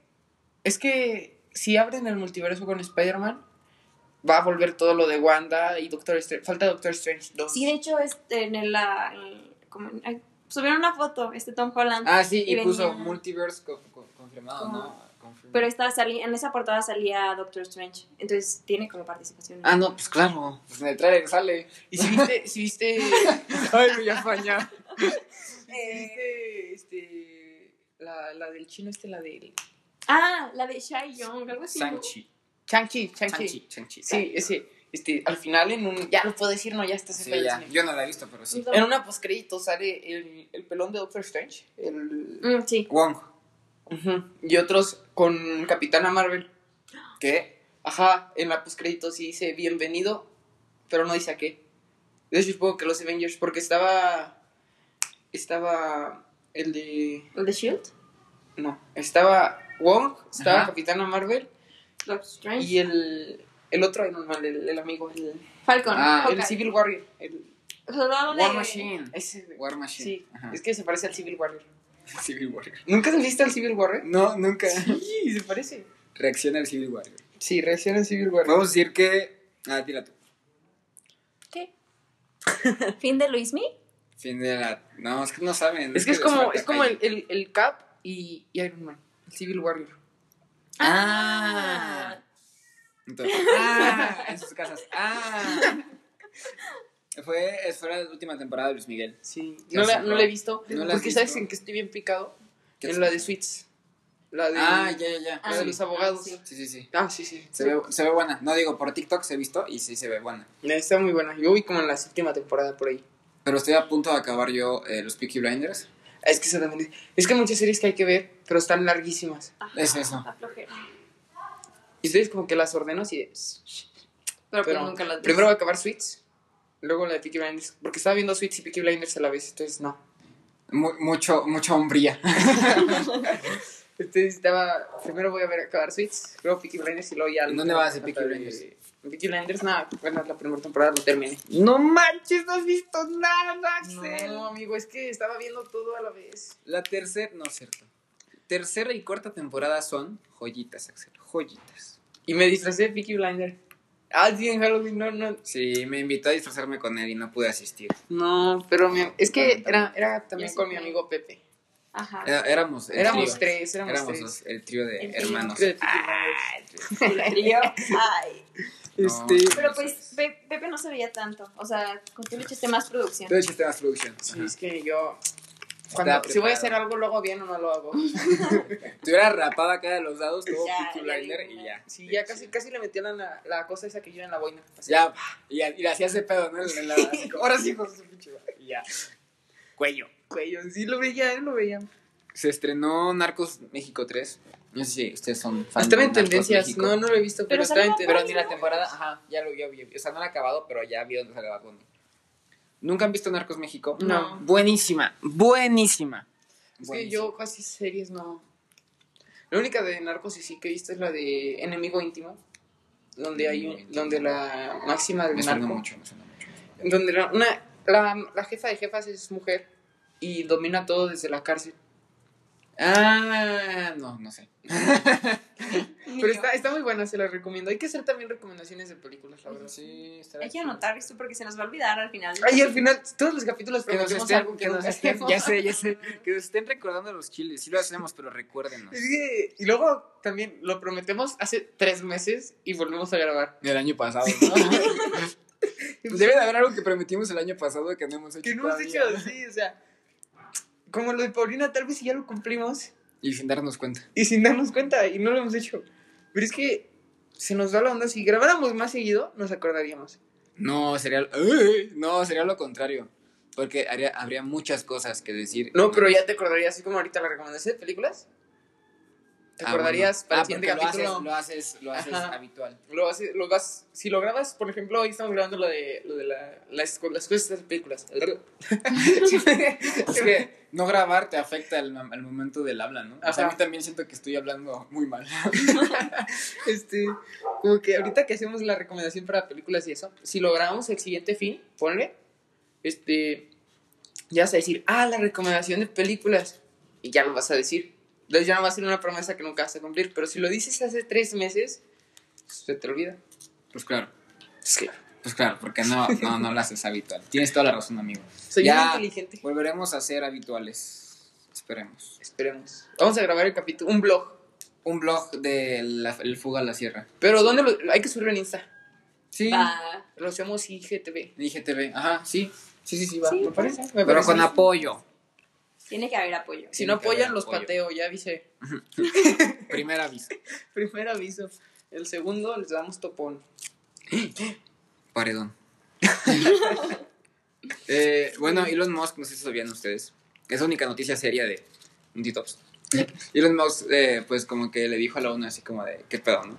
Es que si abren el multiverso con Spider-Man, va a volver todo lo de Wanda y Doctor Strange. Falta Doctor Strange 2.
Sí, de hecho, este, en el, la. en- como en- ay, subieron una foto, este Tom Holland.
Ah, sí,
Y
y puso
venía-
Multiverse co- co- confirmado,
Como-
¿no? Confirmado.
Pero esta sali- en esa portada salía Doctor Strange. Entonces tiene como participación.
Ah, no, pues claro. Pues en el trailer
[LAUGHS]
sale.
Y si viste, si viste,
Ay, me voy a fañar.
si viste este, la, la del chino, este, la del...
Ah, la de Shai Young, algo así. ¿no?
Sanchi.
Chang-Chi, Chang-Chi.
Sanchi, Sanchi.
sí, ese, este, al final en un... Ya lo puedo decir, no, ya está
Sí,
sepa el
ya.
cine.
Yo no la he visto, pero sí.
No.
En una postcrédito sale el, el pelón de Doctor Strange el-
Mm, sí.
Wong.
Ujú. y otros con Capitana Marvel.
¿Qué?
Ajá, en la postcrédito sí dice bienvenido, pero no dice a qué. De hecho, supongo que los Avengers, porque estaba. Estaba. El de.
¿El de Shield?
No, estaba Wong, estaba
Ajá.
Capitana Marvel
Doctor Strange.
y el. El otro, el normal, el, el amigo, el,
Falcon.
Ah,
Hawkeye.
el Civil Warrior. El,
Soldado de-
War Machine.
ese, güey.
War Machine.
Sí,
Ajá.
es que se parece al Civil Warrior.
[LAUGHS] Civil Warrior.
¿Nunca has visto al Civil Warrior?
No, nunca.
Sí, se parece.
Reacciona al Civil Warrior.
Sí, recién al Civil Warrior.
Vamos a decir que. Ah, tira tú.
¿Qué? [LAUGHS] ¿Fin de Luismi?
Fin de la. No, es que no saben.
Es que es
les
como,
falta
es como
calle.
el, el, el Cap y, y Iron Man, el Civil Warrior.
Ah. Entonces, ah, en sus casas. Ah. Fue, fue la última temporada de Luis Miguel.
Sí,
Ya
no la,
sé,
no la he visto.
No la has
porque sabes
visto.
en que estoy bien picado.
¿Qué
En
te-
la de Suits. La de.
Ah, ya, ya, ya.
Ah,
la de
Sí.
los abogados.
sí.
Sí, sí, sí.
Ah, sí, sí.
Se ve, se ve buena. No digo, por TikTok se he visto y sí se ve buena.
Está muy buena. Yo vi como en la séptima temporada por ahí.
Pero estoy a punto de acabar yo eh, los Peaky Blinders.
Es que eso también es. Es que hay muchas series que hay que ver, pero están larguísimas.
Es eso.
La flojera.
Y ustedes como que las ordeno así de.
Pero, pues
Pero
nunca las vi.
Primero voy a acabar Suits. Luego la de Peaky Blinders. Porque estaba viendo Suits y Peaky Blinders a la vez. Entonces, no.
Mu- mucho, mucha hombría. [LAUGHS]
Entonces estaba. Primero voy a ver acabar Suits. Luego Peaky Blinders y luego ya.
¿En dónde vas de Peaky
Hasta
Blinders?
Peaky Blinders, nada. Bueno, la primera temporada lo terminé.
No manches, no has visto nada, Axel.
No, amigo, es que estaba viendo todo a la vez.
La tercera, no es cierto. Tercera y cuarta temporada son joyitas, Axel. Joyitas.
Y me disfracé de Peaky Blinder. Ah, sí, en Halloween, no, no.
Sí, me invitó a disfrazarme con él y no pude asistir.
No, pero mi- es que era, era
Ya
también
sé
con mi
cuál.
amigo Pepe.
Ajá.
Era- éramos el
Éramos
trío.
tres, éramos,
Éramos
tres.
los- el trío de
El trío.
hermanos.
El trío. Ay.
Este,
Este.
Pero pues Pe- Pepe no se veía tanto. O sea, con tú le echaste más producción.
Tú echaste este más producción.
Sí,
Ajá.
es que yo. Cuando, si voy a hacer algo, lo hago bien o no lo
[LAUGHS]
hago.
Te hubieras rapado acá de los dados, todo
Ya,
Peaky
ya
Blinder
dije,
y ya.
Sí, ya casi, casi le metían la, la cosa esa que lleva en la boina. Así.
Ya, y, y le hacías de pedo, ¿no? En la- así como,
Ahora sí, hijos de su pinche madre.
y ya. Cuello.
Güey, yo sí lo veía, eh, lo veía.
Se estrenó Narcos México 3. No sé si ustedes son fans
Estaba
de
en
Narcos
tendencias.
pues, México.
No, no lo he visto, pero,
Pero
estaba en
salió
Pero
tendencias.
ni la temporada, ajá, ya lo ya vi. O sea, no la he acabado, pero ya vi dónde sale Bad Bunny. ¿Nunca han visto Narcos México?
No.
Buenísima, buenísima.
Es que yo casi series no. La única de narcos y sí que he visto es la de Enemigo Íntimo. Donde hay un- donde la máxima del
Me suena
narco.
mucho, me suena mucho.
Donde la, una, la, la jefa de jefas es mujer y domina todo desde la cárcel.
Ah, no, no sé.
Ni
Pero
yo.
está, está muy buena, se la recomiendo. Hay que hacer también recomendaciones de películas, la verdad.
Sí, estará
Hay que
chido.
anotar esto porque se nos va a olvidar al final.
Ay, al final, todos los capítulos
Que nos
promovemos
estén-
algo que
que nos
nunca
estén-
hacemos. [LAUGHS]
ya sé, ya sé, que nos estén recordando los chiles. Sí lo hacemos, pero recuérdenos.
Es que- y luego también lo prometemos hace tres meses y volvemos a [LAUGHS] grabar.
Del año pasado, [LAUGHS] ¿no? Debe de haber algo que prometimos el año pasado que no hemos hecho.
Que no hemos
todavía.
hecho así, o sea. Como lo de Paulina, tal vez si ya lo cumplimos
Y sin darnos cuenta.
y sin darnos cuenta y no lo hemos hecho. Pero es que se nos da la onda. Si grabáramos más seguido, nos acordaríamos.
No, sería. ¡Ay! No, sería lo contrario. Porque haría- habría muchas cosas que decir.
No, pero ya te acordarías, así como ahorita la recomendación de películas. Te
Ah,
acordarías
bueno.
para
Ah,
el siguiente
porque
capítulo.
Lo haces, lo haces, lo haces
Ajá.
habitual.
lo hace- lo vas, si lo grabas, por ejemplo, hoy estamos grabando lo de, lo de la- las, co- las cosas de las películas. [LAUGHS]
Es que no grabar te afecta al, al momento del habla, ¿no? O sea,
Ajá.
a mí también siento que estoy hablando muy mal.
este, como que ahorita que hacemos la recomendación para películas y eso, si lo grabamos el siguiente fin, ponle, este, ya vas a decir, ah, la recomendación de películas, y ya lo vas a decir. Entonces ya no va a ser una promesa que nunca vas a cumplir, pero si lo dices hace tres meses, se te olvida.
Pues claro,
Es que
pues claro, porque no, no, no lo haces habitual. Tienes toda la razón, amigo.
soy
Ya.
bien inteligente.
Volveremos a ser habituales. Esperemos.
Esperemos. Vamos a grabar el capítulo, un blog.
Un blog de la, El Fuga a la Sierra.
Pero ¿dónde lo, hay que subirlo en Insta?
Sí.
Va.
Lo hacemos IGTV.
Dije TV.
Ah,
Ajá, sí. Sí, sí, sí, va.
Va,
Sí.
me parece. me
Pero
parece.
con apoyo.
Tiene que haber apoyo.
Si no
Tiene que haber
apoyan, los
apoyo.
pateo, ya avisé.
Primer aviso.
[LAUGHS] Primer aviso. El segundo les damos topón.
Paredón. Eh, bueno, Elon Musk, no sé si sabían ustedes. Es la única noticia seria de Tops. Elon Musk, eh, pues como que le dijo a la ONU así como de, ¿qué pedo, no?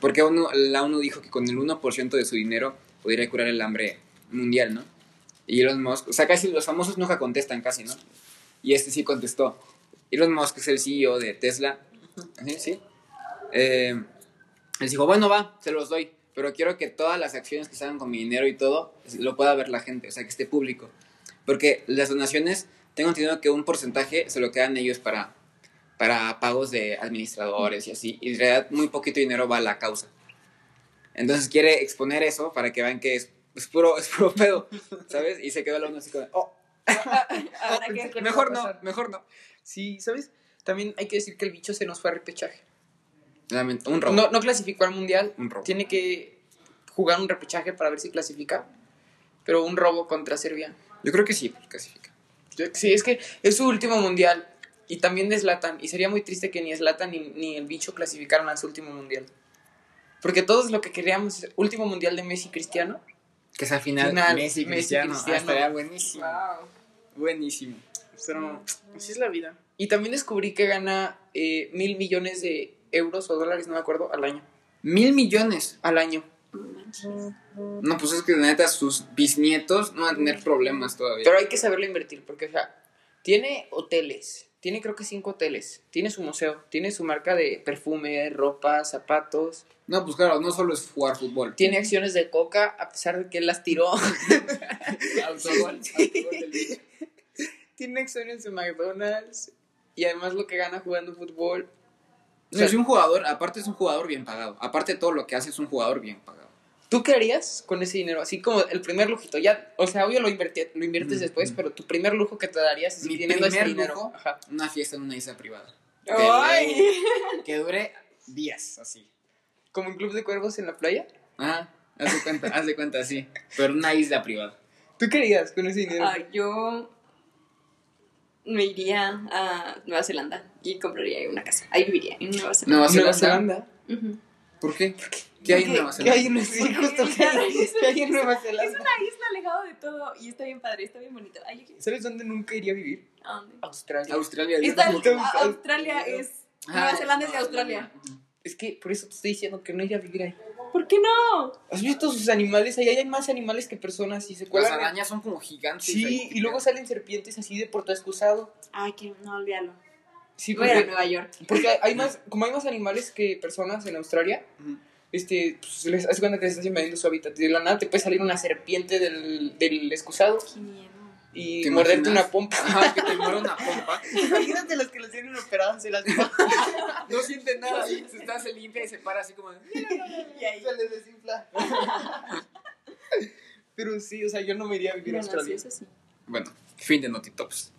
Porque ONU- la ONU dijo que con el 1% de su dinero podría curar el hambre mundial, ¿no? Y Elon Musk, o sea, casi los famosos nunca contestan, casi, ¿no? Y este sí contestó. Elon Musk es el CEO de Tesla. ¿Sí? ¿Sí? Eh, les dijo, bueno, va, se los doy, pero quiero que todas las acciones que se hagan con mi dinero y todo lo pueda ver la gente, o sea, que esté público. Porque las donaciones, tengo entendido que un porcentaje se lo quedan ellos para, para pagos de administradores y así, y en realidad muy poquito dinero va a la causa. Entonces quiere exponer eso para que vean que es, es puro, es puro pedo, ¿sabes? Y se quedó la uno así como, oh,
Ahora que-
Oh, pensé que
mejor
va a
no,
pasar.
mejor no.
Sí, ¿sabes? También hay que decir que el bicho se nos fue a repechaje.
Lamento- un robo.
No, no clasificó al mundial.
Un robo.
Tiene que jugar un repechaje para ver si clasifica. Pero un robo contra Serbia.
Yo creo que sí, clasifica.
Yo- Sí, es que es su último mundial. Y también de Zlatan. Y sería muy triste que ni Zlatan ni, ni el bicho clasificaran a su último mundial. Porque todos lo que queríamos, último mundial de Messi y Cristiano.
Que esa final,
Final,
Messi,
Messi,
Cristiano, ah,
Cristiano.
estaría buenísimo. Buenísimo.
Pero así es la vida. Y también descubrí que gana eh, mil millones de euros o dólares, no me acuerdo, al año.
Mil millones.
Al año.
No, pues es que la neta sus bisnietos no van a tener problemas todavía.
Pero hay que saberlo invertir, porque, o sea, tiene hoteles. Tiene creo que cinco hoteles. Tiene su museo. Tiene su marca de perfume, ropa, zapatos.
No, pues claro, no solo es jugar fútbol.
Tiene acciones de coca, a pesar de que él las tiró.
Autogol. [LAUGHS] autogol del bicho.
[LAUGHS] tiene acciones de McDonald's. Y además lo que gana jugando fútbol.
No, es un jugador, aparte es un jugador bien pagado. Aparte de todo lo que hace es un jugador bien pagado.
¿Tú qué harías con ese dinero? Así como el primer lujito. Ya, o sea, obvio lo, inverti- lo inviertes
Mm,
después,
mm.
pero tu primer lujo que te darías es
Mi
teniendo ese
primer
dinero.
lujo.
Ajá.
Una fiesta en una isla privada.
Ay.
Que dure días, así.
¿Como un club de cuervos en la playa?
Ah, haz de cuenta, haz de cuenta, sí. Pero una isla privada.
¿Tú qué harías con ese dinero?
Ah, yo me iría a Nueva Zelanda y compraría una casa. Ahí viviría, en Nueva Zelanda.
Nueva
¿Nueva
Zelanda.
Zelanda?
Ujú.
¿Por qué? ¿Qué hay en Nueva
¿Qué
Zelanda?
hay en sí, [LAUGHS] justo,
Porque
¿qué hay,
es-
qué hay en Nueva
Es
Zelanda?
una isla alejada de todo y está bien padre, está bien bonito. Ay, yo quiero-
¿Sabes dónde nunca iría a vivir?
¿A dónde?
Australia.
Australia. yo
Está-
tampoco.
a- Australia es. Nueva
Ah,
Zelanda es de
Nueva
Australia.
Zelanda.
Es que por eso te estoy diciendo que no iría a vivir ahí.
¿Por qué no?
¿Has visto sus animales? Ahí hay más animales que personas y se
Las
cuelgan.
arañas son como gigantes.
Sí,
ahí.
y luego salen serpientes así de porta excusado.
Ay, que no, olvídalo.
Sí,
Voy a
porque,
Nueva York.
porque hay- hay más, como hay más animales que personas en Australia,
Ujú.
este, pues, les hace cuenta que se está invadiendo su hábitat. De la nada te puede salir una serpiente del, del excusado
Qué miedo.
y
¿Te
morderte
imaginas?
una pompa.
Ajá, Ah, que te muera una pompa.
Imagínate los que los tienen operadas en las [LAUGHS]
No siente nada. Se, está, se limpia y se para así como. de-
Y ahí.
les desinfla. [LAUGHS] Pero sí, o sea, yo no me iría a vivir a
Bueno, sí,
Australia.
eso sí.
Bueno, fin de Notitops.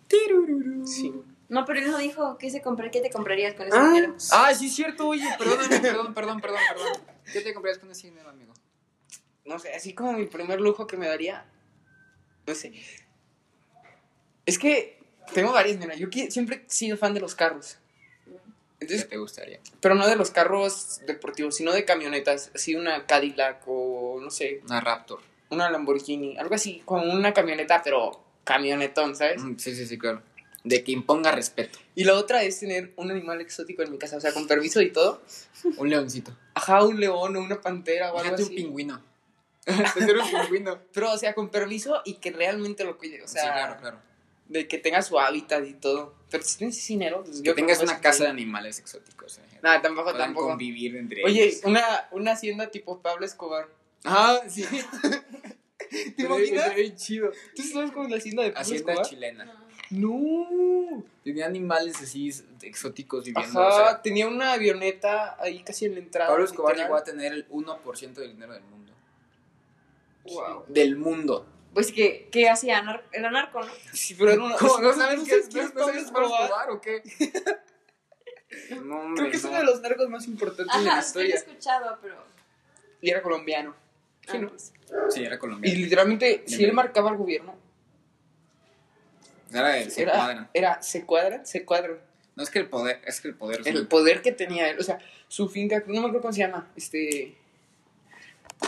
Sí.
No, pero él no dijo qué se compra, qué te comprarías con ese
Ah,
dinero.
Ah, sí, es cierto, oye, perdóname, perdón, perdón, perdón, perdón. ¿Qué te comprarías con ese dinero, amigo?
no sé, así como mi primer lujo que me daría. No sé. Es que tengo varias, mira, yo qui- siempre he sido fan de los carros.
¿Qué
Entonces,
te gustaría?
pero no de los carros deportivos, sino de camionetas, así una Cadillac o no sé,
Una Raptor.
una Lamborghini, algo así, como una camioneta, pero camionetón, ¿sabes?
Mm, Sí, sí, sí, claro. De que imponga respeto.
Y la otra es tener un animal exótico en mi casa, o sea, con permiso y todo.
Un [LAUGHS] leoncito.
Ajá, un león o una pantera o algo
Fíjate un
así.
pingüino. [LAUGHS] Tener un pingüino.
Pero, o sea, con permiso y que realmente lo cuide, o sea,
sí, claro, claro.
de que tenga su hábitat y todo. Pero si tienes dinero, pues
Que
yo
tengas
creo que
una
puedes-
casa de animales exóticos. eh.
Nada, tampoco,
Puedan
tampoco.
convivir entre
Oye,
ellos.
una, una hacienda tipo Pablo
[LAUGHS]
Escobar.
Ah, sí.
¿Te imaginas?
Estaría bien chido.
¿Tú sabes cómo es la hacienda de Pablo
Hacienda
Escobar?
chilena.
No.
Tenía animales así exóticos viviendo.
Ajá,
o sea,
tenía una avioneta ahí casi en la entrada.
Pablo Escobar llegó
literal.
a tener el 1% del dinero del mundo.
Wow.
Del mundo.
Pues que, ¿qué hacía? Anar- Era narco, ¿no?
Sí, pero era una-
[LAUGHS] ¿Cómo? ¿No
¿tú
sabes
sabes
qué es,
quién
no sabes qué es Pablo Escobar
[LAUGHS]
o qué? No, hombre,
Creo que es
no.
uno de los narcos más importantes de la
Ajá, sí, lo he
historia.
escuchado, pero.
Y era colombiano. Sí,
ah,
¿no?
pues,
Sí, era
Y
colombiano.
literalmente,
Bien,
si
bien.
él marcaba al gobierno,
Era el
era,
cuadran.
era, se cuadran, se cuadran.
No es que el poder, es que el poder. es
el
un-
poder que tenía él, o sea, su finca, no me acuerdo cómo se llama, este...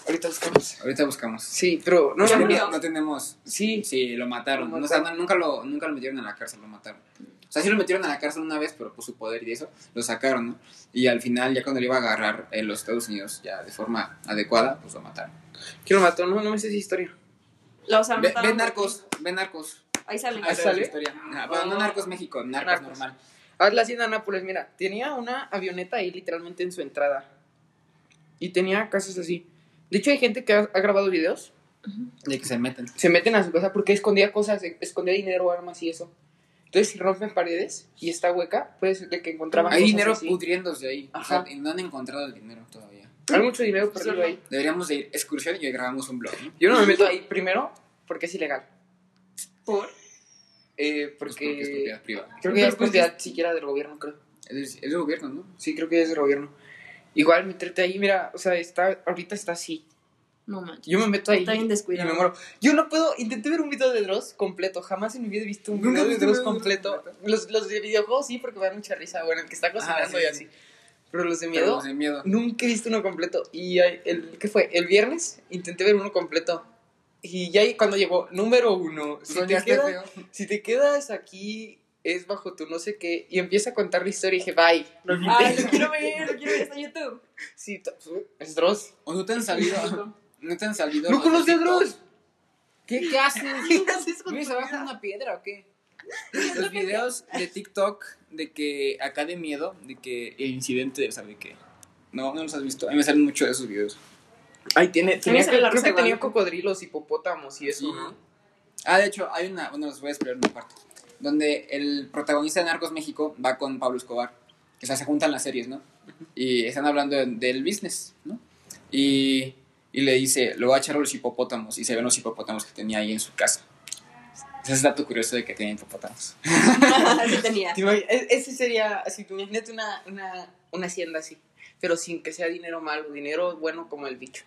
Ahorita buscamos.
Ahorita buscamos.
Sí, pero no,
No,
no,
murió?
no.
no, no tenemos.
Sí,
Sí, lo mataron.
Lo
No, o sea, no-
mataron.
nunca, lo, nunca lo metieron a la cárcel, lo mataron. O sea, sí lo metieron a la cárcel una vez, pero por su poder y eso, lo sacaron, ¿no? Y al final, ya cuando lo iba a agarrar en los Estados Unidos, ya de forma adecuada, pues lo mataron.
¿quién lo mató? No, no me sé esa historia.
Los
Ve,
anotaron
ve
porque-
narcos, ve narcos.
Ahí salen.
Ahí
Ahí sale
sale.
la historia. Ah, bueno, no narcos México, narcos,
Oh. Narcos.
normal.
Ah, la hacienda de Nápoles, mira, tenía una avioneta ahí literalmente en su entrada. Y tenía casas así. De hecho, hay gente que ha, ha grabado videos,
De que se meten.
se meten a su casa porque escondía cosas, eh, escondía dinero, armas y eso. Entonces, si rompen paredes y está hueca, puede ser de que encontraban
Hay
cosas
dinero
pues, así.
pudriéndose ahí. O sea,
Ajá.
y no han encontrado el dinero todavía.
Hay mucho dinero perdido ahí.
Deberíamos de ir excursión y hoy grabamos un blog, ¿no?
Yo no me meto ahí primero porque es ilegal.
¿Por?
Eh,
Pues
porque...
porque es propiedad privada.
Creo que ya es propiedad siquiera del gobierno, creo.
Es, es el gobierno, ¿no?
Sí, creo que ya es del gobierno. Igual meterte ahí, mira, o sea, está, ahorita está así.
No manches.
Yo me meto ahí
Está bien
y
descuidado.
me muero. Yo no puedo, intenté ver un video de Dross completo, jamás en mi vida he visto un video
¿Nunca
de
viste
Dross
un video de Dross
completo. Los, los de videojuegos sí, porque me dan mucha risa, bueno, el que está cocinando
Ah, sí,
y
sí,
así.
sí.
Pero los de
Pero
miedo,
los de miedo.
nunca he visto uno completo. Y hay- el, ¿qué fue? El viernes intenté ver uno completo. Y ya ahí cuando llegó, número uno, si te
Soñaste
queda-
Pues, feo.
si te quedas aquí, es bajo tu no sé qué, y empieza a contar la historia, y dije, bye. Lo quité.
Ay, lo quiero ver, lo quiero ver. Está en YouTube.
[LAUGHS] Sí, t- es Dross.
¿O no te han salido? [LAUGHS] ¿No te han salido?
¡No
los
conoces a
de TikTok?
Dross!
¿Qué,
[LAUGHS]
¿Qué haces?
¿Qué haces con
¿Vives
tu
abajo de
vida?
una piedra o qué? Los videos de TikTok de que acá de miedo, de que el incidente, o sea, de que. No, no los has visto. A mí me salen mucho de esos videos.
Ay, tiene, tenía,
sale la
creo
Rosa
que
de
tenía
Guadalupe.
cocodrilos, hipopótamos y eso,
Sí.
¿no?
Ah, de hecho, hay una. Bueno, los voy a esperar una parte. Donde el protagonista de Narcos México va con Pablo Escobar. O sea, se juntan las series, ¿no? Y están hablando de- del business, ¿no? Y, y le dice, lo va a echar a los hipopótamos y se ven los hipopótamos que tenía ahí en su casa. Ese es dato curioso de que tenía hipopótamos.
[LAUGHS] Sí tenía.
¿Te imagi- e- Ese sería, así, tú imagínate una, una, una hacienda así, pero sin que sea dinero malo, dinero bueno como el bicho.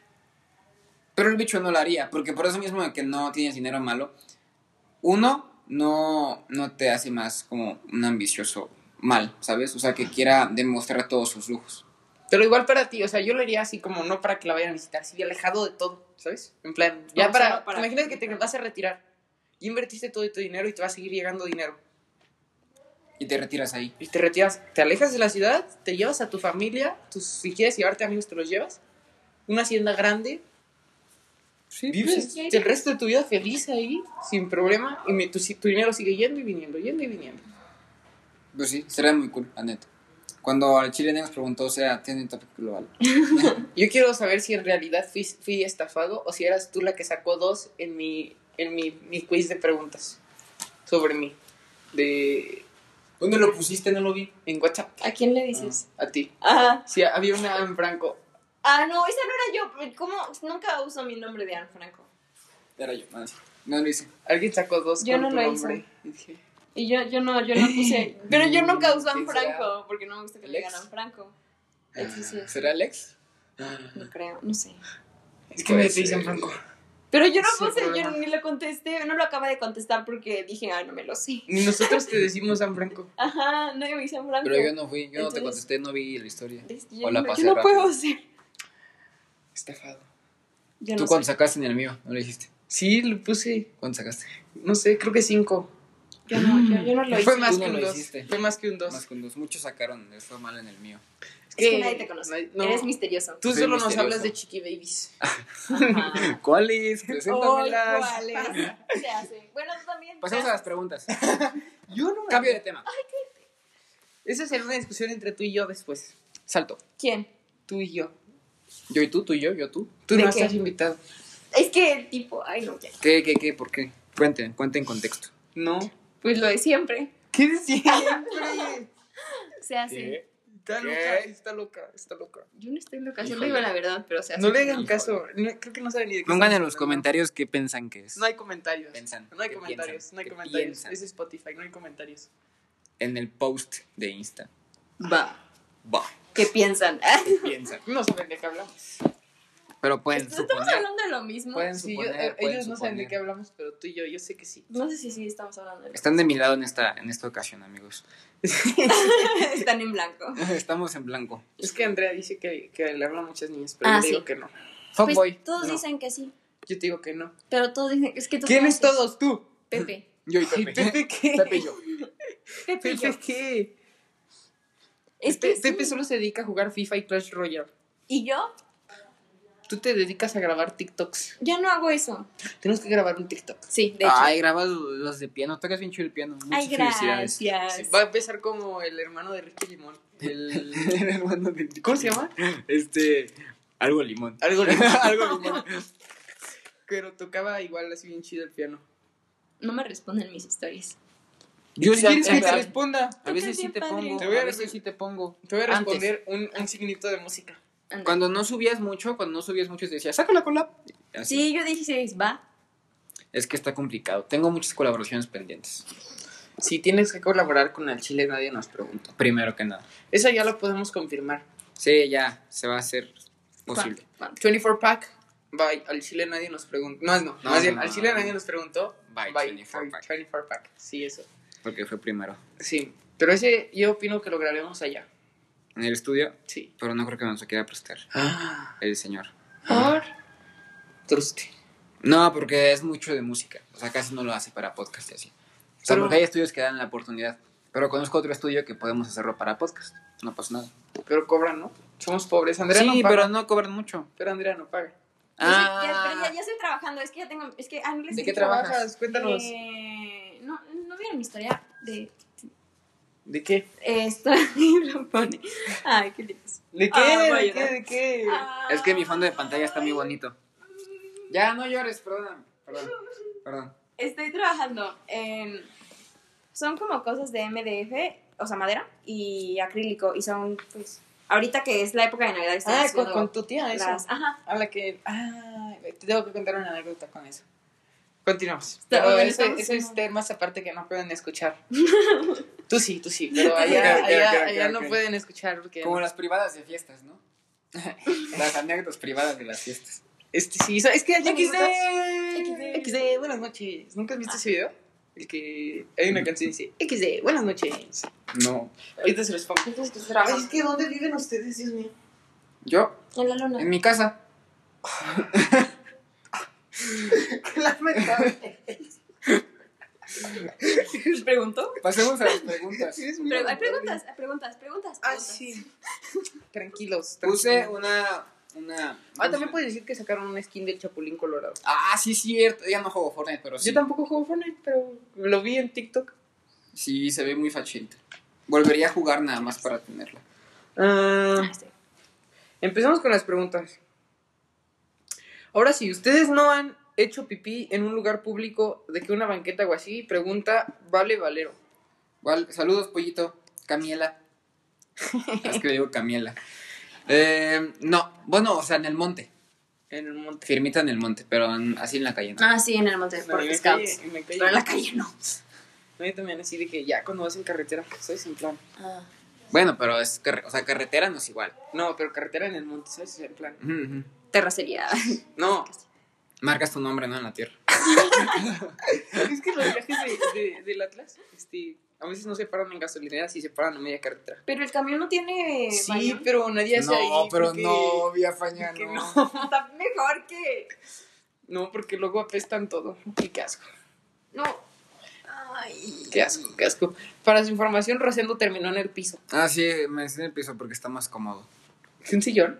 Pero el bicho no lo haría, porque por eso mismo de que no tienes dinero malo, uno no, no te hace más como un ambicioso mal, ¿sabes? O sea, que quiera demostrar todos sus lujos.
Pero igual para ti, o sea, yo lo haría así como no para que la vayan a visitar, así alejado de todo, ¿sabes? En plan, ya
No,
para,
solo para-
Imagínate que te vas a retirar y invertiste todo tu dinero y te va a seguir llegando dinero.
Y te retiras ahí.
Y te retiras, te alejas de la ciudad, te llevas a tu familia, tus, si quieres llevarte amigos, te los llevas. Una hacienda grande.
Vives.
pues, el resto de tu vida feliz ahí, sin problema. Y mi- tu, si- tu dinero sigue yendo y viniendo, yendo y viniendo.
Pues sí, sería muy cool, la neta. Cuando al Chile Negro nos preguntó, o sea, tiene topic global.
Yo quiero saber si en realidad fui, fui estafado o si eras tú la que sacó dos en mi, en mi, mi quiz de preguntas sobre mí. De,
¿Dónde lo pusiste? No lo vi.
en WhatsApp,
¿A quién le dices?
a ti.
Ah,
Sí, había una en Franco.
ah, no, esa no era yo. pero ¿Cómo? Nunca uso mi nombre de Anne Franco.
Era yo, no, sí. No lo hice.
Alguien sacó dos
Yo
con
no
tu
lo
nombre.
hice.
Y dije,
Y yo, yo no, yo no puse. Pero yo nunca
[LAUGHS]
uso Anne
¿Quién será?
Franco, porque no me gusta que le digan
¿Lex?
Anne Franco. Entonces,
Ah, ¿Será Alex?
no creo, no sé.
Es que
Puede
me dicen
ser.
Franco.
Pero yo no
Sí,
puse, yo
problema.
ni lo contesté, no lo acaba de contestar porque dije, ay, no me lo sé. [LAUGHS]
Ni nosotros te decimos San Franco.
Ajá, nadie me dice Anne Franco.
Pero yo no fui, yo no te
Entonces-
contesté, no vi la historia.
Yo
O la
no-
pasé
yo no
rápido.
puedo ser.
Estafado.
Yo
Tú
no
cuando
sé.
sacaste en el mío, no lo hiciste.
Sí, le puse,
¿Cuándo sacaste?
no sé, creo que cinco.
Yo no, yo, yo no lo hice.
[LAUGHS]
Fue más
Tú no
que un
lo
dos.
hiciste.
Fue más que un dos.
Más con dos. Muchos sacaron, les fue mal en el mío.
Es
que-
que nadie te conoce.
no.
Eres
[LAUGHS]
misterioso.
Tú
Soy
solo nos
misterioso.
hablas de Chiqui Babies.
Ajá.
¿Cuáles?
Ay,
Preséntamelas.
¿cuáles? Se hace. Bueno, tú también.
Pasemos a las preguntas.
Yo no
Cambio de tema.
Esa será una discusión entre tú y yo después. Salto.
¿Quién?
Tú y yo.
Yo y tú, tú y yo, yo tú.
Tú
¿De
no
qué?
estás invitado.
Es que el tipo, ay, no, ya.
¿Qué, qué, qué? ¿Por qué? Cuenten, cuenten contexto.
No.
Pues lo de siempre.
¿Qué decías?
Se hace.
[LAUGHS] Está
¿Qué?
loca, está loca, está loca.
Yo no estoy loca, yo
Híjole.
le digo la verdad, pero se hace.
No le hagan
Híjole.
caso. no- creo que no saben ni de qué.
Pongan
estamos
en los
hablando.
comentarios qué piensan que es.
No hay comentarios.
Piensan,
No hay
¿qué
comentarios.
piensan?
No hay
¿Qué
comentarios.
piensan?
Es Spotify, no hay comentarios.
En el post de Insta.
Va.
Bah,
¿Qué piensan? [LAUGHS]
¿qué piensan?
No saben de qué hablamos.
Pero pueden
Estamos
suponer.
hablando de lo mismo.
Pueden
Sí, yo-
suponer.
eh,
pueden
ellos no saben de
suponer.
qué hablamos, pero tú y yo, yo sé que sí.
No sé si sí estamos hablando de lo
Están de mi lado en esta, en esta ocasión, amigos. [LAUGHS]
mismo. [LAUGHS] Están en blanco.
Estamos en blanco.
Es que Andrea dice que, que le hablan muchas niñas, pero
Ah,
yo
sí.
digo que no.
Pues,
Fuckboy.
todos
No.
dicen que sí,
Yo te digo que no.
pero todos dicen es que todos
¿Quién es
somos-
todos? Tú.
[LAUGHS]
Pepe.
Yo y
¿Y [LAUGHS]
Pepe.
Pepe qué?
Pepe y yo.
Pepe y yo.
¿Pepe qué?
Es que
Pe-
sí.
Pepe solo se dedica a jugar FIFA y Clash Royale.
¿Y yo?
Tú te dedicas a grabar TikToks.
Yo no hago eso.
Tenemos que grabar un TikTok.
Sí, de hecho.
Ay, graba los de piano. Tocas bien chido el piano. Muchas
Ay,
felicidades.
Sí,
gracias.
va a empezar como el hermano de Ricky Limón. El...
[LAUGHS] El hermano de-
[LAUGHS] ¿Cómo se llama?
Este. Algo limón.
[LAUGHS] Algo Limón.
Algo limón.
Pero tocaba igual así bien chido el piano.
No me responden mis historias.
Yo
Si
sí,
¿Quieres que
a
te
veces-
responda?
a veces sí te
Tocas bien
pongo.
padre. Te voy a
A veces
decir-
sí te pongo.
Te voy a
Antes.
responder un, un signito de música.
Anda.
Cuando no subías mucho, cuando no subías mucho, te decía, sácala con la. Así.
Sí, yo dije sí, va.
Es que está complicado. Tengo muchas colaboraciones pendientes.
Si tienes que colaborar con el Chile, nadie nos pregunta.
Primero que nada.
Esa ya la podemos confirmar.
Sí, ya. Se va a hacer posible.
Va, va.
24 pack. Bye, al chile nadie nos preguntó. No, no,
No,
más bien,
no,
al
no,
chile
no.
nadie nos preguntó.
Bye, 24 pack.
24 pack. Sí, eso.
Porque fue primero.
Sí, pero ese yo opino que lo grabemos allá.
En el estudio,
Sí.
pero no creo que nos lo quiera prestar
Ah,
el señor.
Por
truste.
No, porque es mucho de música. O sea, casi no lo hace para podcast y así. O sea,
Pero-
porque hay estudios que dan la oportunidad. Pero conozco otro estudio que podemos hacerlo para podcast. No pasa nada.
Pero cobran, ¿no? Somos pobres. Andrea
sí,
no paga.
pero
Pero...
no cobran mucho.
Andrea no paga.
Yo Pues sí- ya, pero ya, ya estoy trabajando, es que ya tengo, es que ah, no les
Ah. ¿De
he
qué
dicho.
trabajas?
Cuéntanos.
Eh, no, no vieron mi historia de
¿De qué?
esto [LAUGHS] y lo pone. Ay, qué lindos.
¿De qué?
Ah, voy a
¿De qué?
llorar.
¿De qué?
Ah,
Es que mi fondo de pantalla está muy bonito. Ya, no llores, perdón. Perdón. Perdón.
Estoy trabajando en son como cosas de MDF, o sea, madera y acrílico y son pues Ahorita que es la época de Navidad, están
Ah, con,
haciendo
con tu tía, eso.
las- Ajá.
A la que. Ah, te tengo que contar una anécdota con eso. Continuamos.
Está
Pero
bien,
ese,
estamos
ese es
en-
temas aparte que no pueden escuchar. tú sí, tú sí, pero
Ok,
allá,
ok,
allá,
ok, ok,
allá
ok.
no pueden escuchar porque.
Como las privadas de fiestas, ¿no? [LAUGHS] las anécdotas privadas de las fiestas.
Este sí, es que allá
XD.
XD. XD, buenas noches. ¿Nunca
Ah.
has visto ese video? El que hay una canción que dice XD, buenas noches.
No.
Ahorita se los pongo.
Entonces, pues,
Ay,
trabajan.
es que ¿dónde viven ustedes, Dios mío? [LAUGHS]
Yo,
En la luna.
en mi casa.
Qué lamentable.
¿Les pregunto?
Pasemos a las preguntas.
Eres muy
Pero hay
lamentable.
preguntas, hay preguntas, preguntas.
Ah,
preguntas.
sí. [LAUGHS] Tranquilos.
Puse
tranquilos.
una. una
Ah, también puedes decir que sacaron un skin del Chapulín Colorado.
Ah, sí, cierto. Ya no juego Fortnite, pero sí.
Yo tampoco juego Fortnite, pero lo vi en TikTok.
Sí, se ve muy fachito. Volvería a jugar nada más para tenerla.
Ah,
Ah, sí.
empezamos con las preguntas. Ahora sí, ¿ustedes no han hecho pipí en un lugar público de que una banqueta o así? Pregunta, vale, valero.
Val- saludos, pollito. Camiela. es que le digo
[LAUGHS]
Camiela. Eh, no, bueno, o sea, en el monte.
En el monte.
Firmita en el monte, pero en- así en la calle. ¿no?
Ah, sí, en el monte, por
En Pues, la
scouts.
calle, en la calle.
Pero en la calle no.
A mí también así de que ya cuando vas en carretera, ¿sabes? En plan.
Bueno, pero es carre- o sea, carretera no es igual.
No, pero carretera en el monte, ¿sabes? En plan.
Ujú, ujú.
Terracería.
No,
Marcas tu nombre, ¿no? En la tierra.
es que los viajes de, de- del Atlas, este, a veces no se paran en gasolineras y se paran a media carretera.
Pero el camión no tiene.
Sí,
baño.
pero nadie hace ahí.
No, pero
porque-
no, vía
porque
Fañano.
no.
[LAUGHS] Está mejor que.
No, porque luego apestan todo. Y qué asco,
No. Ay.
qué asco, qué asco. Para su información, Rosendo terminó en el piso.
Ah, sí, me enseñé el piso porque está más cómodo.
¿Un sillón?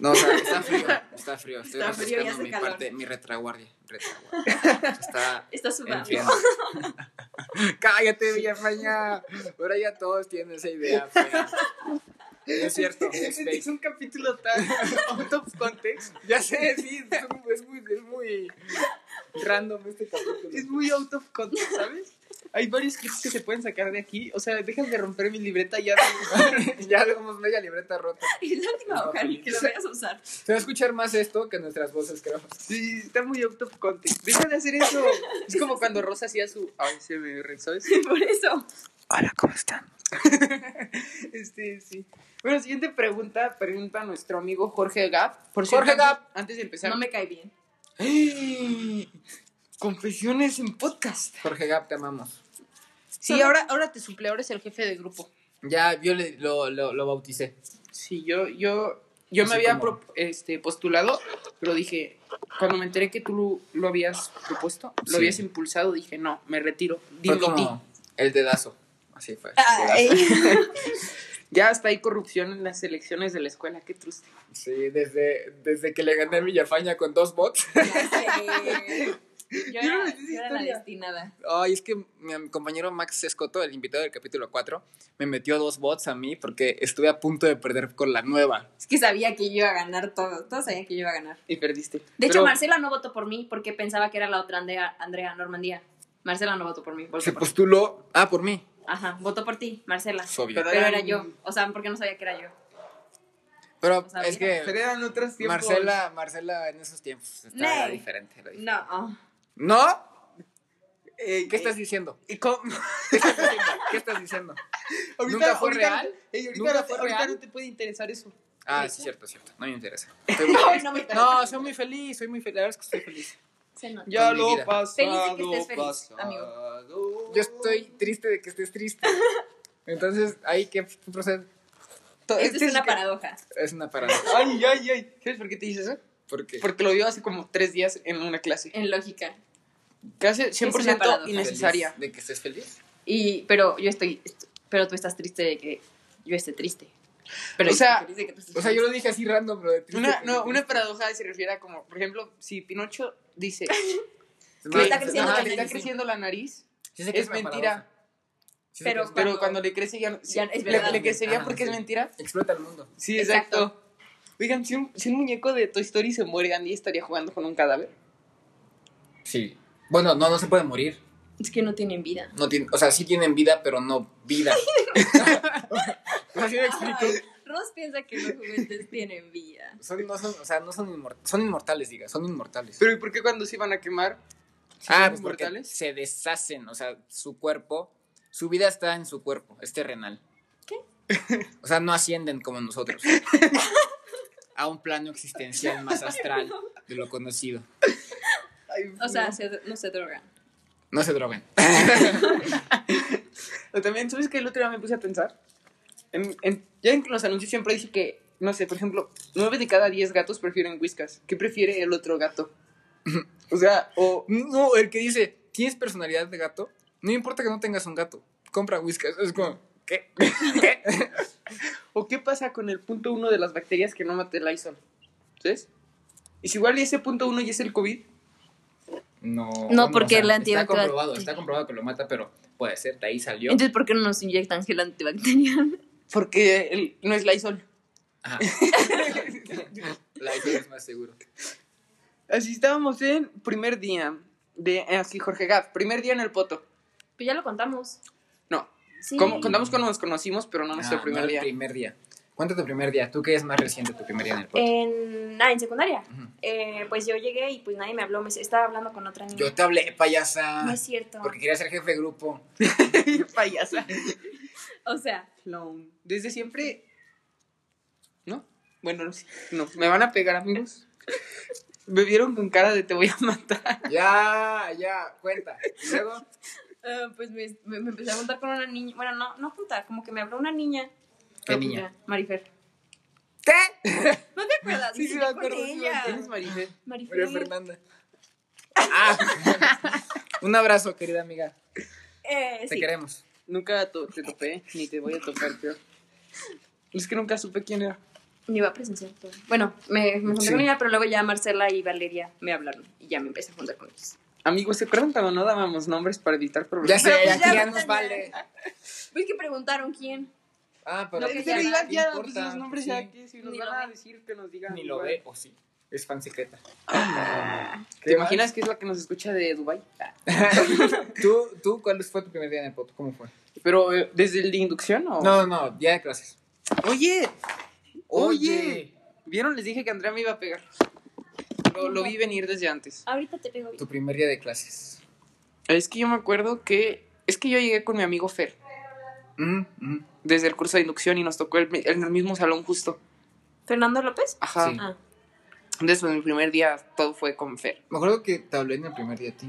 No, o sea, está frío, está frío. Estoy
Está frío y
refrescando
hace
mi
calor.
parte, mi retraguardia.
[LAUGHS]
retraguardia. Está
Está sudando.
enfriando. [LAUGHS] Cállate, Villafaña. Ahora ya todos tienen esa idea. fea. No
[LAUGHS]
es cierto. [LAUGHS] es
Este es
fake.
un capítulo tan out of context.
Ya sé, sí, es un- es muy, es muy random este capítulo.
Es muy out of context, ¿sabes? Hay varios clips que se pueden sacar de aquí. O sea, dejas de romper mi libreta ya.
[LAUGHS] ya dejamos media libreta rota.
[LAUGHS] Es la
Ah,
última hoja ni que lo vayas a usar.
Se va a escuchar más esto que nuestras voces, creo.
Sí, está muy out of context. Deja de hacer eso. Es como cuando Rosa hacía su ASMR, ¿sabes?
Por eso.
Hola, ¿cómo [GASPS] están?
Este, sí. Bueno, siguiente pregunta. Pregunta a nuestro amigo Jorge Gap. Por
Jorge
cierto,
Gap.
Antes de empezar.
No me cae bien.
Confesiones en podcast.
Jorge Gap, te amamos.
Sí, ahora, ahora te suple, ahora es el jefe de grupo.
Ya, yo le- lo, lo, lo bauticé.
Sí, yo, yo, yo me
Así
había
como-
pro- este, postulado, pero dije, cuando me enteré que tú lo, lo habías propuesto, lo
Sí.
habías impulsado, dije, no, me retiro,
Fue
dimití.
como el dedazo. Así fue. el
Ay.
dedazo.
Ya hasta hay corrupción en las elecciones de la escuela, qué triste.
Sí, desde, desde que le gané a Villafaña con dos bots. [LAUGHS]
Ya sé. [LAUGHS] Yo
Yo no
era,
les hice
yo era la
historia.
destinada.
Ay, es que mi compañero Max Escoto, el invitado del capítulo 4, me metió dos bots a mí porque estuve a punto de perder con la nueva.
Es que sabía que yo iba a ganar todo. Todos sabían que yo iba a ganar.
Y perdiste.
De hecho,
Pero
Marcela no votó por mí porque pensaba que era la otra Andrea, Andrea Normandía. Marcela no votó por mí. Votó
Se
por ti.
postuló. Ah, por mí.
Ajá, votó por ti, Marcela.
Es obvio.
Pero-
Pero era yo. O sea, porque no sabía que era yo.
Pero
sabía.
es que
eran otros tiempos.
Marcela, Marcela en esos tiempos estaba
Nel.
diferente. era diferente.
No.
¿No?
Eh,
¿Qué estás diciendo?
y cómo-
¿Qué estás diciendo? ¿Qué estás diciendo? ¿Nunca fue real?
Ey, ahorita,
¿Nunca
no,
fue
ahorita
real?
no te puede interesar eso.
Ah, sí, cierto, cierto. No me interesa.
[LAUGHS] No, no me interesa.
No, soy muy feliz, soy muy feliz. La verdad es que estoy feliz.
Se nota.
Ya
mi
lo
vida.
pasado.
Feliz de que estés feliz, amigo.
pasado.
Yo estoy triste de que
[LAUGHS]
estés triste. Entonces, ahí que procede.
To-
Esto
este
es una
que-
paradoja.
Es una parada.
Ay, ay, ay. ¿Sabes por qué te dices eso?
Porque
Porque lo vio hace como tres días en una clase.
En lógica.
Clase
una
100%
paradoja.
innecesaria.
¿De que estés feliz?
Y, pero yo estoy. est- Pero tú estás triste de que yo esté triste. Pero
O
yo
sea,
estoy feliz de que tú estés
O sea, yo
feliz.
lo dije así random, lo de triste.
Una,
pero
no, una
triste.
paradoja se refiere a como, por ejemplo, si Pinocho
[LAUGHS]
dice
Se
que
está creciendo
ajá,
la
le está
nariz.
creciendo la nariz,
Sí sé que
es
una
mentira.
paradoja. Sí sé
Pero
que es una-
Pero
Cuando-
cuando le crece ya, sí,
Ya es
le-
verdad.
le, crecería
Ajá,
porque es
sí.
mentira.
Explota el mundo.
Sí,
Exacto.
exacto. Oigan, si un, si un muñeco de Toy Story se muere, Andy estaría jugando con un cadáver.
Sí. Bueno, no, no se puede morir.
Es que no tienen vida.
[LAUGHS] No tiene, o sea, sí tienen vida, pero no vida. Así me explico.
Ay, Carlos piensa que los [LAUGHS] juguetes tienen vida.
Son, no son, o sea, no son, inmor- son inmortales, diga, son inmortales.
Pero ¿y por qué cuando se iban a quemar? si
ah,
son
pues porque
inmortales?
se deshacen, o sea, su cuerpo, su vida está en su cuerpo, es terrenal.
¿Qué?
O sea, no ascienden como [LAUGHS] nosotros. a un plano existencial más astral de lo conocido.
Ay,
O sea,
no.
se- no se drogan.
No se drogan.
O también, ¿sabes qué? El otro día me puse a pensar. En, en- ya en los anuncios siempre dice que, no sé, por ejemplo, 9 de cada 10 gatos prefieren whiskas. ¿Qué prefiere el otro gato? [LAUGHS] O sea, o...
No, el que dice, ¿tienes personalidad de gato? No importa que no tengas un gato, compra whiskas. Es como, ¿qué? ¿Qué?
¿O qué pasa con el punto uno de las bacterias que no mata el Lysol? ¿Sabes? Y si igual y ese punto uno y es el COVID,
No,
No, porque el
Está
antibacterial-
comprobado, está comprobado que lo mata, pero puede ser, de ahí salió.
Entonces, ¿por qué no nos inyectan gel antibacterial?
porque el- no es Lysol.
[LAUGHS] Ajá. La idea es más seguro.
Así estábamos en primer día de... eh, Así, Jorge Gav, primer día en el poto.
[LAUGHS] Pues ya lo contamos.
No,
Sí.
¿cómo? contamos cuando nos conocimos, pero no nuestro
Ah,
primer
no, el
día. [LAUGHS]
primer día. ¿Cuánto tu primer día? ¿Tú qué es más reciente tu primer día en el pueblo?
En, ah, en secundaria.
Ujú.
Eh, pues yo llegué y pues nadie me habló. Me, estaba hablando con otra niña.
Yo ah, te hablé, payasa.
No es cierto.
Porque quería ser jefe de grupo.
Payasa.
O sea,
Clown. Desde siempre. ¿No? Bueno, no sé. No, me van a pegar, amigos. Me vieron con cara de te voy a matar.
Ya, ya, cuenta. Y luego,
eh, pues me, me- me empecé a juntar con una niña. Bueno, no, no juntar, como que me habló una niña. Pero, pues,
niña?
ya, Marifer.
¿qué?
¿No te acuerdas? Yo llegué con ella.
¿Quién es Maribel?
Marifer.
María Fernanda. Ah. [LAUGHS] un abrazo, querida amiga.
Eh,
Te
sí.
queremos.
Nunca to- te topé, ni te voy a topar, peor. Es que nunca supe quién era.
Ni iba a presenciar todo. Bueno, me, me junté
Sí.
con ella, pero luego ya Marcela y Valeria me hablaron y ya me empecé a juntar con ellos.
Amigos, ¿se acuerdan cuando no dábamos nombres para evitar
Ya
problemas?
sé,
Pero pues
ya,
ya
ya
no
nos
tenía-
vale.
Pues que preguntaron quién.
Ah, pero
Lo
Es
que
que
ya
ya,
nada
ya, ya,
no
pues, los nombres
sí.
ya que si nos
Ni
van
lo
a
ve.
decir que nos digan.
Ni lo
igual.
ve, o sí. Es fan secreta.
¿Te imaginas que es la que nos escucha de Dubai?
¿Tú, ¿Tú cuál fue tu primer día en el pop? ¿Cómo fue?
Pero, eh, ¿desde el de inducción o...?
No, no, día de clases.
Oye, Oye. ¿Vieron? Les dije que Andrea me iba a pegar. Lo, lo vi venir desde antes.
Ahorita te pego bien.
Tu primer día de clases.
Es que yo me acuerdo que. Es que yo llegué con mi amigo Fer
Mm, mm.
desde el curso de inducción y nos tocó el, en el mismo salón justo.
¿Fernando López?
Ajá.
Sí.
Ah.
Entonces, pues, mi primer día todo fue con Fer.
Me acuerdo que te hablé en el primer día a ti.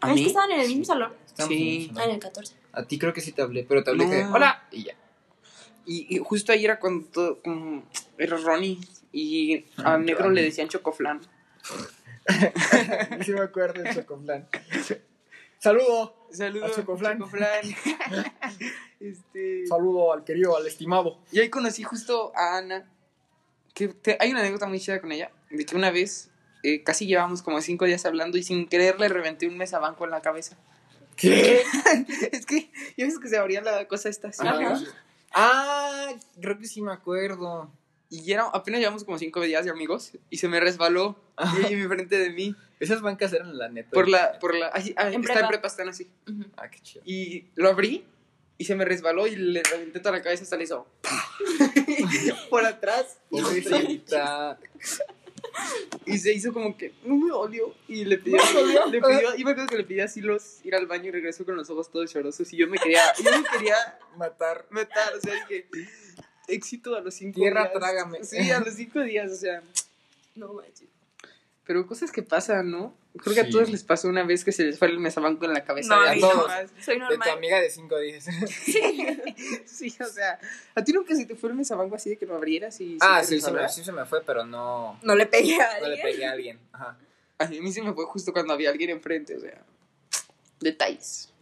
¿A
Ah, ¿Es que
mí?
estaban en el mismo salón?
Estábamos
Sí.
en el
Ah, en
salón.
el 14.
A ti creo que sí te hablé, pero te hablé
No.
que. ¡Hola! Y ya.
Y, y justo ahí era cuando. todo- como- era Ronnie y
Ah,
a Negro
Ronnie.
le decían Chocoflan.
[LAUGHS] sí me acuerdo de Chocoflan. [LAUGHS] Saludo.
Saludos.
A Chocoflan.
[LAUGHS] este.
Saludo al querido, al estimado.
Y ahí conocí justo a Ana. Que te- hay una anécdota muy chida con ella. De que una vez eh, casi llevábamos como cinco días hablando y sin querer le reventé un mesabanco en la cabeza. [LAUGHS]
¿Qué?
es que ya ves que se abría la cosa esta así.
Ajá.
Ah, creo que sí me acuerdo.
Y era, apenas llevamos como cinco días de amigos y se me resbaló. Y [LAUGHS] ahí enfrente de mí.
Esas bancas eran la neta.
Por la. Por la ay, ay,
En
está
prepa.
en prepa, están así.
Ujú.
Ah, qué chido.
Y lo abrí y se me resbaló y le reventé toda la cabeza hasta le hizo. [LAUGHS] ¡pa! por atrás. Y me estrellé.
Pobrecita.
Y se hizo como que no me olió. Y le pidió, le pidió, y me acuerdo que le pidió así los ir al baño y regresó con los ojos todos llorosos. Y yo me quería, yo me quería
Matar.
matar. O sea, dije, éxito a los cinco
Tierra,
días.
trágame.
Sí, a los cinco días, o sea.
No manches.
Pero cosas que pasan, ¿no? Creo que
Sí.
a todos les pasó una vez que se les fue el mesabanco en la cabeza.
No,
y
a
mí
todos.
no.
más.
Soy
De tu
normal.
amiga de 5 días.
Sí, o sea, ¿a ti nunca se te fue el mesabanco así de que lo abrieras y...
ah,
te
sí, se me,
resbaló?
sí se me fue, pero no.
[LAUGHS] No le pegué a
No le
alguien.
pegué a alguien. Ajá.
A mí se me fue justo cuando había alguien enfrente, o sea. Detalles.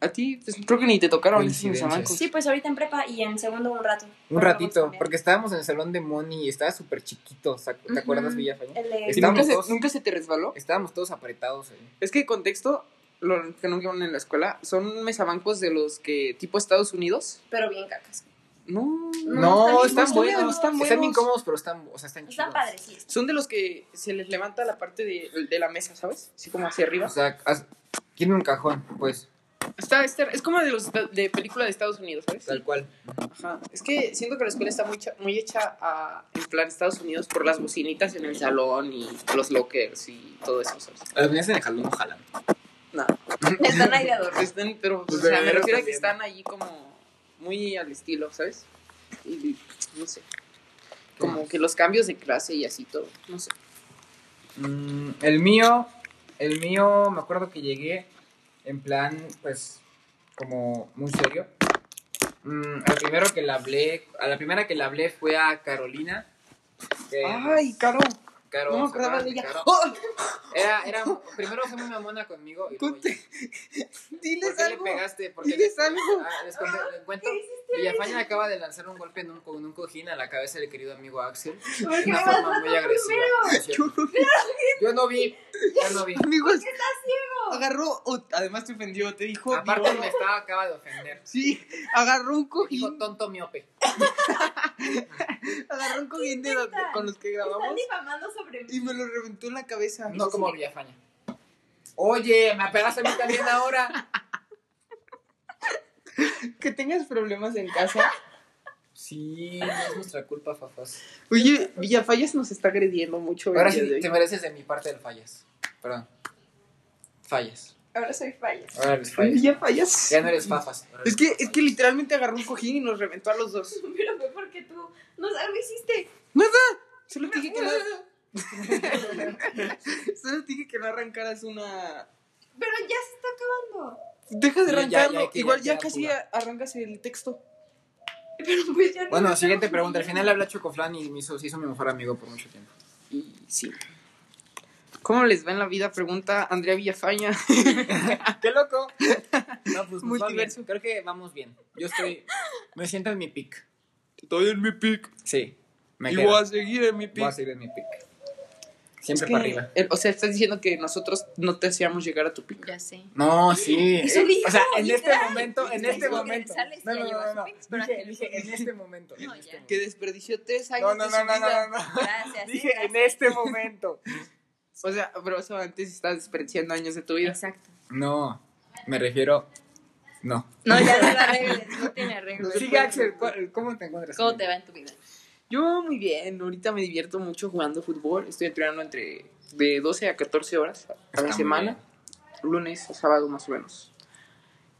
A ti, pues, creo que ni te tocaron esos
Coincidencias.
mesamancos.
Sí, pues ahorita en prepa y en segundo un rato.
Un
Pero
ratito,
luego
porque estábamos en el salón de Moni y estaba súper chiquito, ¿sac- ¿te
Ujú.
acuerdas, Villafaña?
cambiaron. El de-
¿Y
Estábamos
nunca se,
todos.
nunca se te resbaló?
Estábamos todos apretados eh. ahí.
Es que contexto, lo que nunca van en la escuela, son mesabancos de los que, tipo Estados Unidos.
Pero bien cacas.
No.
No,
están
están
buenos,
buenos,
están
están bien
buenos.
cómodos, pero están, o sea, están chidos.
Están padres, sí.
Son de los que se les levanta la parte de, de la mesa, ¿sabes? Así como hacia
O
arriba.
sea, haz- tiene un cajón, pues.
Está, está- es como de los esta- de película de Estados Unidos, ¿sabes?
Tal cual.
Ajá. Es que siento que la escuela está muy, cha- muy hecha a, en plan Estados Unidos por las bocinitas en el salón y los lockers y todo eso, ¿sabes?
Las niñas en el jalón ojalá.
No.
[LAUGHS]
Están ahí de adorno.
Están- pero,
Pues
o sea,
de
me
veras
refiero a que
también.
están allí como muy al estilo, ¿sabes? Y no sé.
Pues.
Como que los cambios de clase y así todo. No sé.
Mm, el mío, el mío, me acuerdo que llegué en plan, pues, como muy serio. Mm, al primero que le hablé, a la primera que le hablé fue a Carolina. que-
Caro,
Caro,
no me
¿se acuerdan
acordaba de ella.
Caro?
¡Oh!
Era, era, primero fue muy mamona conmigo. Y luego,
Conte-
¿Por
Diles
qué
algo.
le pegaste? ¿Por qué le-
Diles algo.
Ah, les conté- les cuento. Villafaña acaba de lanzar un golpe en un, con un cojín a la cabeza del querido amigo Axel.
¿Por
De
qué me
una
vas
forma
a
muy agresiva. Es
Yo
cierto.
no
Yo no vi, yo no vi.
Amigos, agarró, o- además te ofendió, te dijo,
Aparte
digo,
me estaba, acaba de ofender.
sí, agarró un
Me Dijo
cojín,
tonto miope.
agarró un cojín de los-
Intentan.
con los que
Están
grabamos
difamando sobre mí.
y me lo reventó en la cabeza.
No como Villafaña. Oye, me pegaste a mí también ahora.
Que tengas problemas en
[LAUGHS]
casa.
Sí, no es nuestra culpa, Fafas.
Oye, Villafallas nos está agrediendo mucho. el
Ahora
día de
sí,
hoy.
te mereces de mi parte del fallas. Perdón. Fallas.
Ahora soy falla.
Ahora eres fallas.
Villafallas.
Ya no eres Fafas. ahora
Es
eres
que, es
Fafas.
que literalmente agarró un cojín y nos reventó a los dos.
[LAUGHS] Pero fue porque tú no algo hiciste.
Solo te dije que no, [LAUGHS] solo te dije que no arrancaras una...
Pero ya se está acabando. [LAUGHS]
Deja de
Ya, ya, ya,
arrancarlo,
que ya
igual ya,
queda
casi
pura.
arrancas el texto.
Pero pues ya no
Bueno,
nos
siguiente
estamos
pregunta. Al
viendo.
final habla Chocoflan y me hizo, se hizo mi mejor amigo por mucho tiempo.
Y sí. ¿Cómo les va en la vida? Pregunta Andrea Villafaña.
Ah.
¡Qué loco! No, pues
Multiverso.
nos va bien. Creo que vamos bien. Yo estoy. Me siento en mi pick.
Estoy en mi pick.
Sí.
[LAUGHS]
Me
y
quedo.
voy a seguir en mi pick.
Voy a seguir en mi pick.
Es
Siempre
que-
para arriba.
el- o sea, estás diciendo que nosotros no te hacíamos llegar a tu pick.
Ya sé.
No, sí.
Eso
Eh,
dijo,
o sea, en
literal.
este momento, en
Literal,
este
dijo que
momento.
González
No,
ya
no,
llegó a
no,
su
no.
pick, pero
Dije,
que-
dije, en este momento. en
No,
este
ya.
Que
momento.
desperdició tres años
No, no,
de
no,
su
no,
vida.
no, no, no.
[LAUGHS] Gracias.
Dije,
gracias.
en este momento.
O sea, pero eso antes estás desperdiciando años de tu vida.
Exacto.
No, me refiero. No.
No, ya no la arregles. [LAUGHS] No tiene arreglo.
Sigue, Axel. ¿cu- ¿Cómo te encuentras?
¿Cómo te va en tu vida?
Yo muy bien, ahorita me divierto mucho jugando fútbol. Estoy entrenando entre de 12 a 14 horas a
Está
la
muy
semana,
bien.
lunes a sábado más o menos.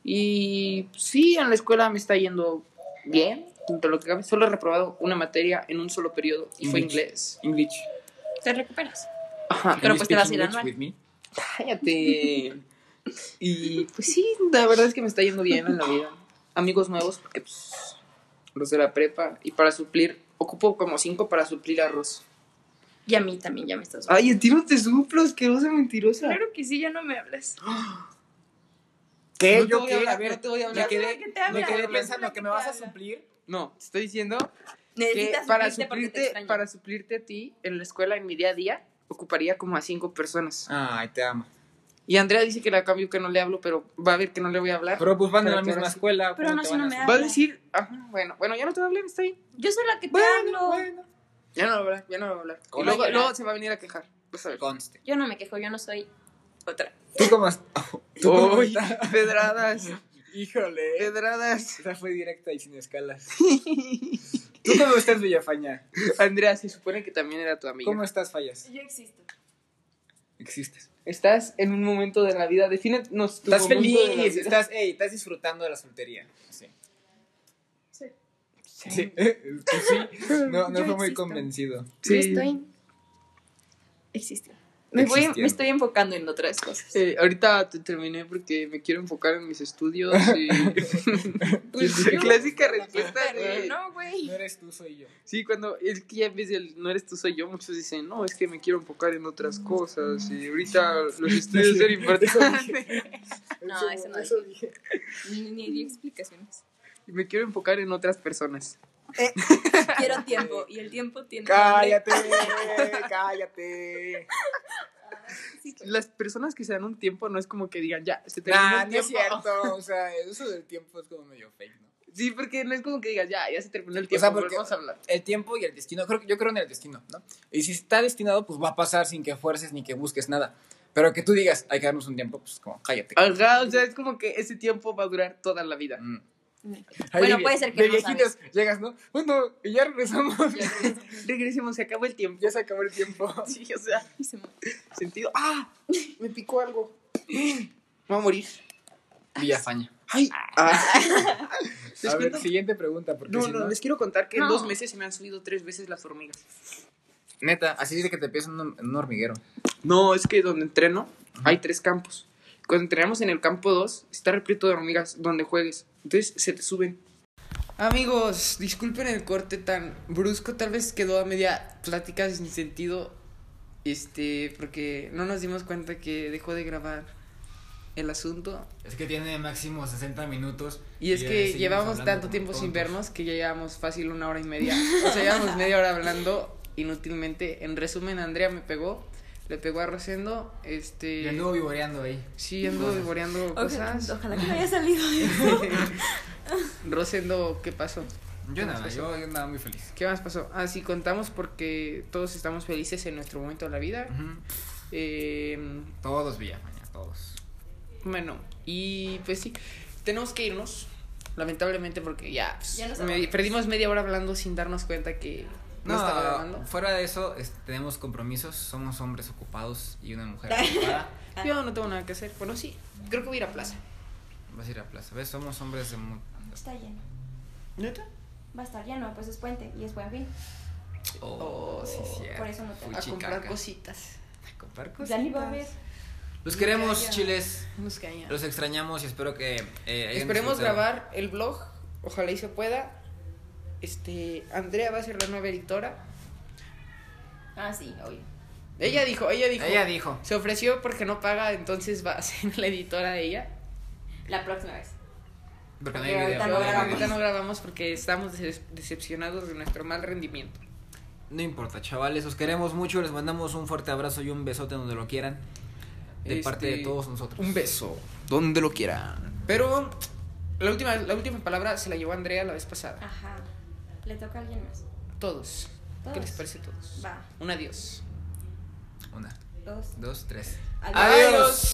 Y sí, en la escuela me está yendo bien, dentro de lo que cabe. Solo he reprobado una materia en un solo periodo y fue
Inglés.
inglés.
English.
Te recuperas.
[LAUGHS]
Ajá,
Pero
Can you
pues te vas
speak
a ir
English
anual.
with me?
cállate. y pues sí, la verdad es que me está yendo bien en la vida. Amigos nuevos, porque, pues, los de la prepa. Y para suplir, ocupo como cinco para suplir arroz.
Y a mí también ya me estás.
Ay, a ti no te suplo, asquerosa, mentirosa.
Claro que sí, ya no me hablas.
¿Qué?
No te
¿Yo
voy
qué?
a hablar,
A ver,
no te voy a
me
hablar.
quedé-
¿Qué te habla?
Me quedé
Habla.
pensando que me vas a
Habla.
suplir.
No, te estoy diciendo que
Necesitas
para
suplirte porque te
suplirte,
extraño.
para suplirte a ti en la escuela en mi día a día, ocuparía como a cinco personas.
Ay, Ah, te amo.
Y Andrea dice que la cambio que no le hablo, pero va a ver que no le voy a hablar.
Pero pues van a
Pero
la
que ahora
misma
sí.
escuela.
Pero
¿cómo
no,
te
si
van
no
a
me
suplir?
Va a decir, ajá, bueno, bueno, ya no te voy a hablar, está bien.
Yo soy la que te hablo.
Ya no lo voy a hablar, ya no lo voy a hablar. Y
Con
luego,
la-
luego se va a venir a quejar. Vas a ver.
Conste.
Yo no me quejo, yo no soy otra.
¿Tú cómo has- [LAUGHS] ¿Tú cómo
Uy,
estás?
pedradas,
Híjole.
[LAUGHS] pedradas.
Esa fue directa y sin [LAUGHS] escalas. ¿Tú cómo estás, Villafaña?
Andrea, se supone que también era tu amiga.
¿Cómo estás, Fallas?
Yo existo.
Existes.
Estás en un momento de la vida, defínenos tu
Estás
momento de la
feliz,
vida.
estás, ey, estás disfrutando de la soltería. Sí.
Sí.
[LAUGHS] Sí. Pues sí. No, no
Yo
fue muy
existo.
convencido.
Sí.
Yo estoy. Existo. Me, voy,
Existiendo.
me estoy enfocando en otras cosas.
Eh, ahorita te terminé porque me quiero enfocar en mis estudios [LAUGHS] y...
Pues
La
no.
clásica respuesta de...
No, güey.
No eres tú, soy yo.
Sí, cuando es que ya en vez del no eres tú, soy yo, muchos dicen, no, es que me quiero enfocar en otras cosas y ahorita los estudios son
[LAUGHS]
importantes.
No,
Eso-
eso no
eso
dije. [LAUGHS] Ni, ni di
[LAUGHS]
explicaciones.
Y me quiero enfocar en otras personas.
Quiero tiempo. Y el tiempo tiene.
[LAUGHS] Cállate, cállate.
Las personas que se dan un tiempo no es como que digan, ya, se terminó el
Nah, Ah, no es
tiempo.
cierto. O sea, eso del tiempo es como medio fake, ¿no?
Sí, porque no es como que digas, ya, ya se terminó el
O
tiempo,
sea, porque-
volvemos a hablar.
El tiempo y el destino. Creo, que- yo creo en el destino, ¿no? Y si está destinado, pues va a pasar sin que fuerces ni que busques nada. Pero que tú digas, hay que darnos un tiempo, pues como, cállate.
Ajá, o sea, es como que ese tiempo va a durar toda la vida.
Mm. Ahí
Bueno,
de-
puede ser que
de
no
viejitos llegas, ¿no? Bueno, y ya regresamos. [LAUGHS] Ya,
Regresemos, se acabó el tiempo.
se acabó el tiempo.
[LAUGHS] Sí, o sea,
Y se muere.
sentido. ¡Ah! Me picó algo. Me voy a morir.
Villafaña.
¡Ay! Ah. [LAUGHS] ¿Les
A ver,
cuento?
siguiente pregunta, porque
No,
si
no,
no,
les quiero contar que en
No.
dos meses se me han subido tres veces las hormigas.
Neta, así dice que te piensas en un, en un hormiguero.
No, es que donde entreno hay tres campos. Cuando entrenamos en el campo 2, está repleto de hormigas donde juegues. Entonces se te suben. Amigos, disculpen el corte tan brusco. Tal vez quedó a media plática sin sentido. Este, porque no nos dimos cuenta que dejó de grabar el asunto.
Es que tiene máximo 60 minutos.
Y es que llevamos tanto tiempo sin vernos que ya llevamos fácil una hora y media. O sea, llevamos media hora hablando inútilmente. En resumen, Andrea me pegó, le pegó a Rosendo, este...
Yo anduvo vivoreando ahí.
Sí, ando vivoreando
Ojalá,
cosas.
ojalá que no haya salido eso.
[LAUGHS] Rosendo, ¿qué pasó?
Yo
¿Qué
nada,
más
yo, yo andaba muy feliz.
¿Qué más pasó? Ah, sí, contamos porque todos estamos felices en nuestro momento de la vida.
Ujú.
Eh,
Todos Villafaña, todos.
bueno, y pues sí, tenemos que irnos, lamentablemente, porque ya, pues,
Ya nos
me-
hablamos.
perdimos media hora hablando sin darnos cuenta que no, estaba grabando.
fuera de eso, es- tenemos compromisos, somos hombres ocupados y
[LAUGHS]
una mujer ocupada.
Yo no tengo nada que hacer. Bueno, sí, creo que voy a ir a plaza.
Vas a ir a plaza, ¿ves? Somos hombres de... mu-
Está lleno.
¿Neta?
Va a estar lleno, pues es puente y es buen fin.
Oh, sí, sí.
Por eso no te-
A comprar cositas.
A comprar
[LAUGHS] Ya
cosas.
ni va a haber.
Los queremos,
Ya, ya.
chiles.
Nos caña.
Los extrañamos y espero que... eh, hayan
Esperemos
disfrutado.
grabar el vlog, ojalá y se pueda. Este, Andrea va a ser la nueva editora.
Ah, sí, obvio.
Ella dijo, ella dijo.
Ella dijo.
Se ofreció porque no paga, entonces va a ser [LAUGHS] la editora de ella.
La próxima vez.
Porque no
Pero
hay video.
ahorita,
no
no
hay
grabamos.
video.
ahorita no grabamos porque estamos dece- decepcionados de nuestro mal rendimiento.
No importa, chavales. Los queremos mucho. Les mandamos un fuerte abrazo y un besote donde lo quieran. De
Este,
parte de todos nosotros.
Un beso, donde lo quieran. Pero la última, la última palabra se la llevó Andrea la vez pasada.
Ajá. Le toca a alguien más.
Todos. ¿Qué
Todos.
les parece a todos?
Va.
Un adiós.
Una,
Dos.
dos, tres.
Adiós.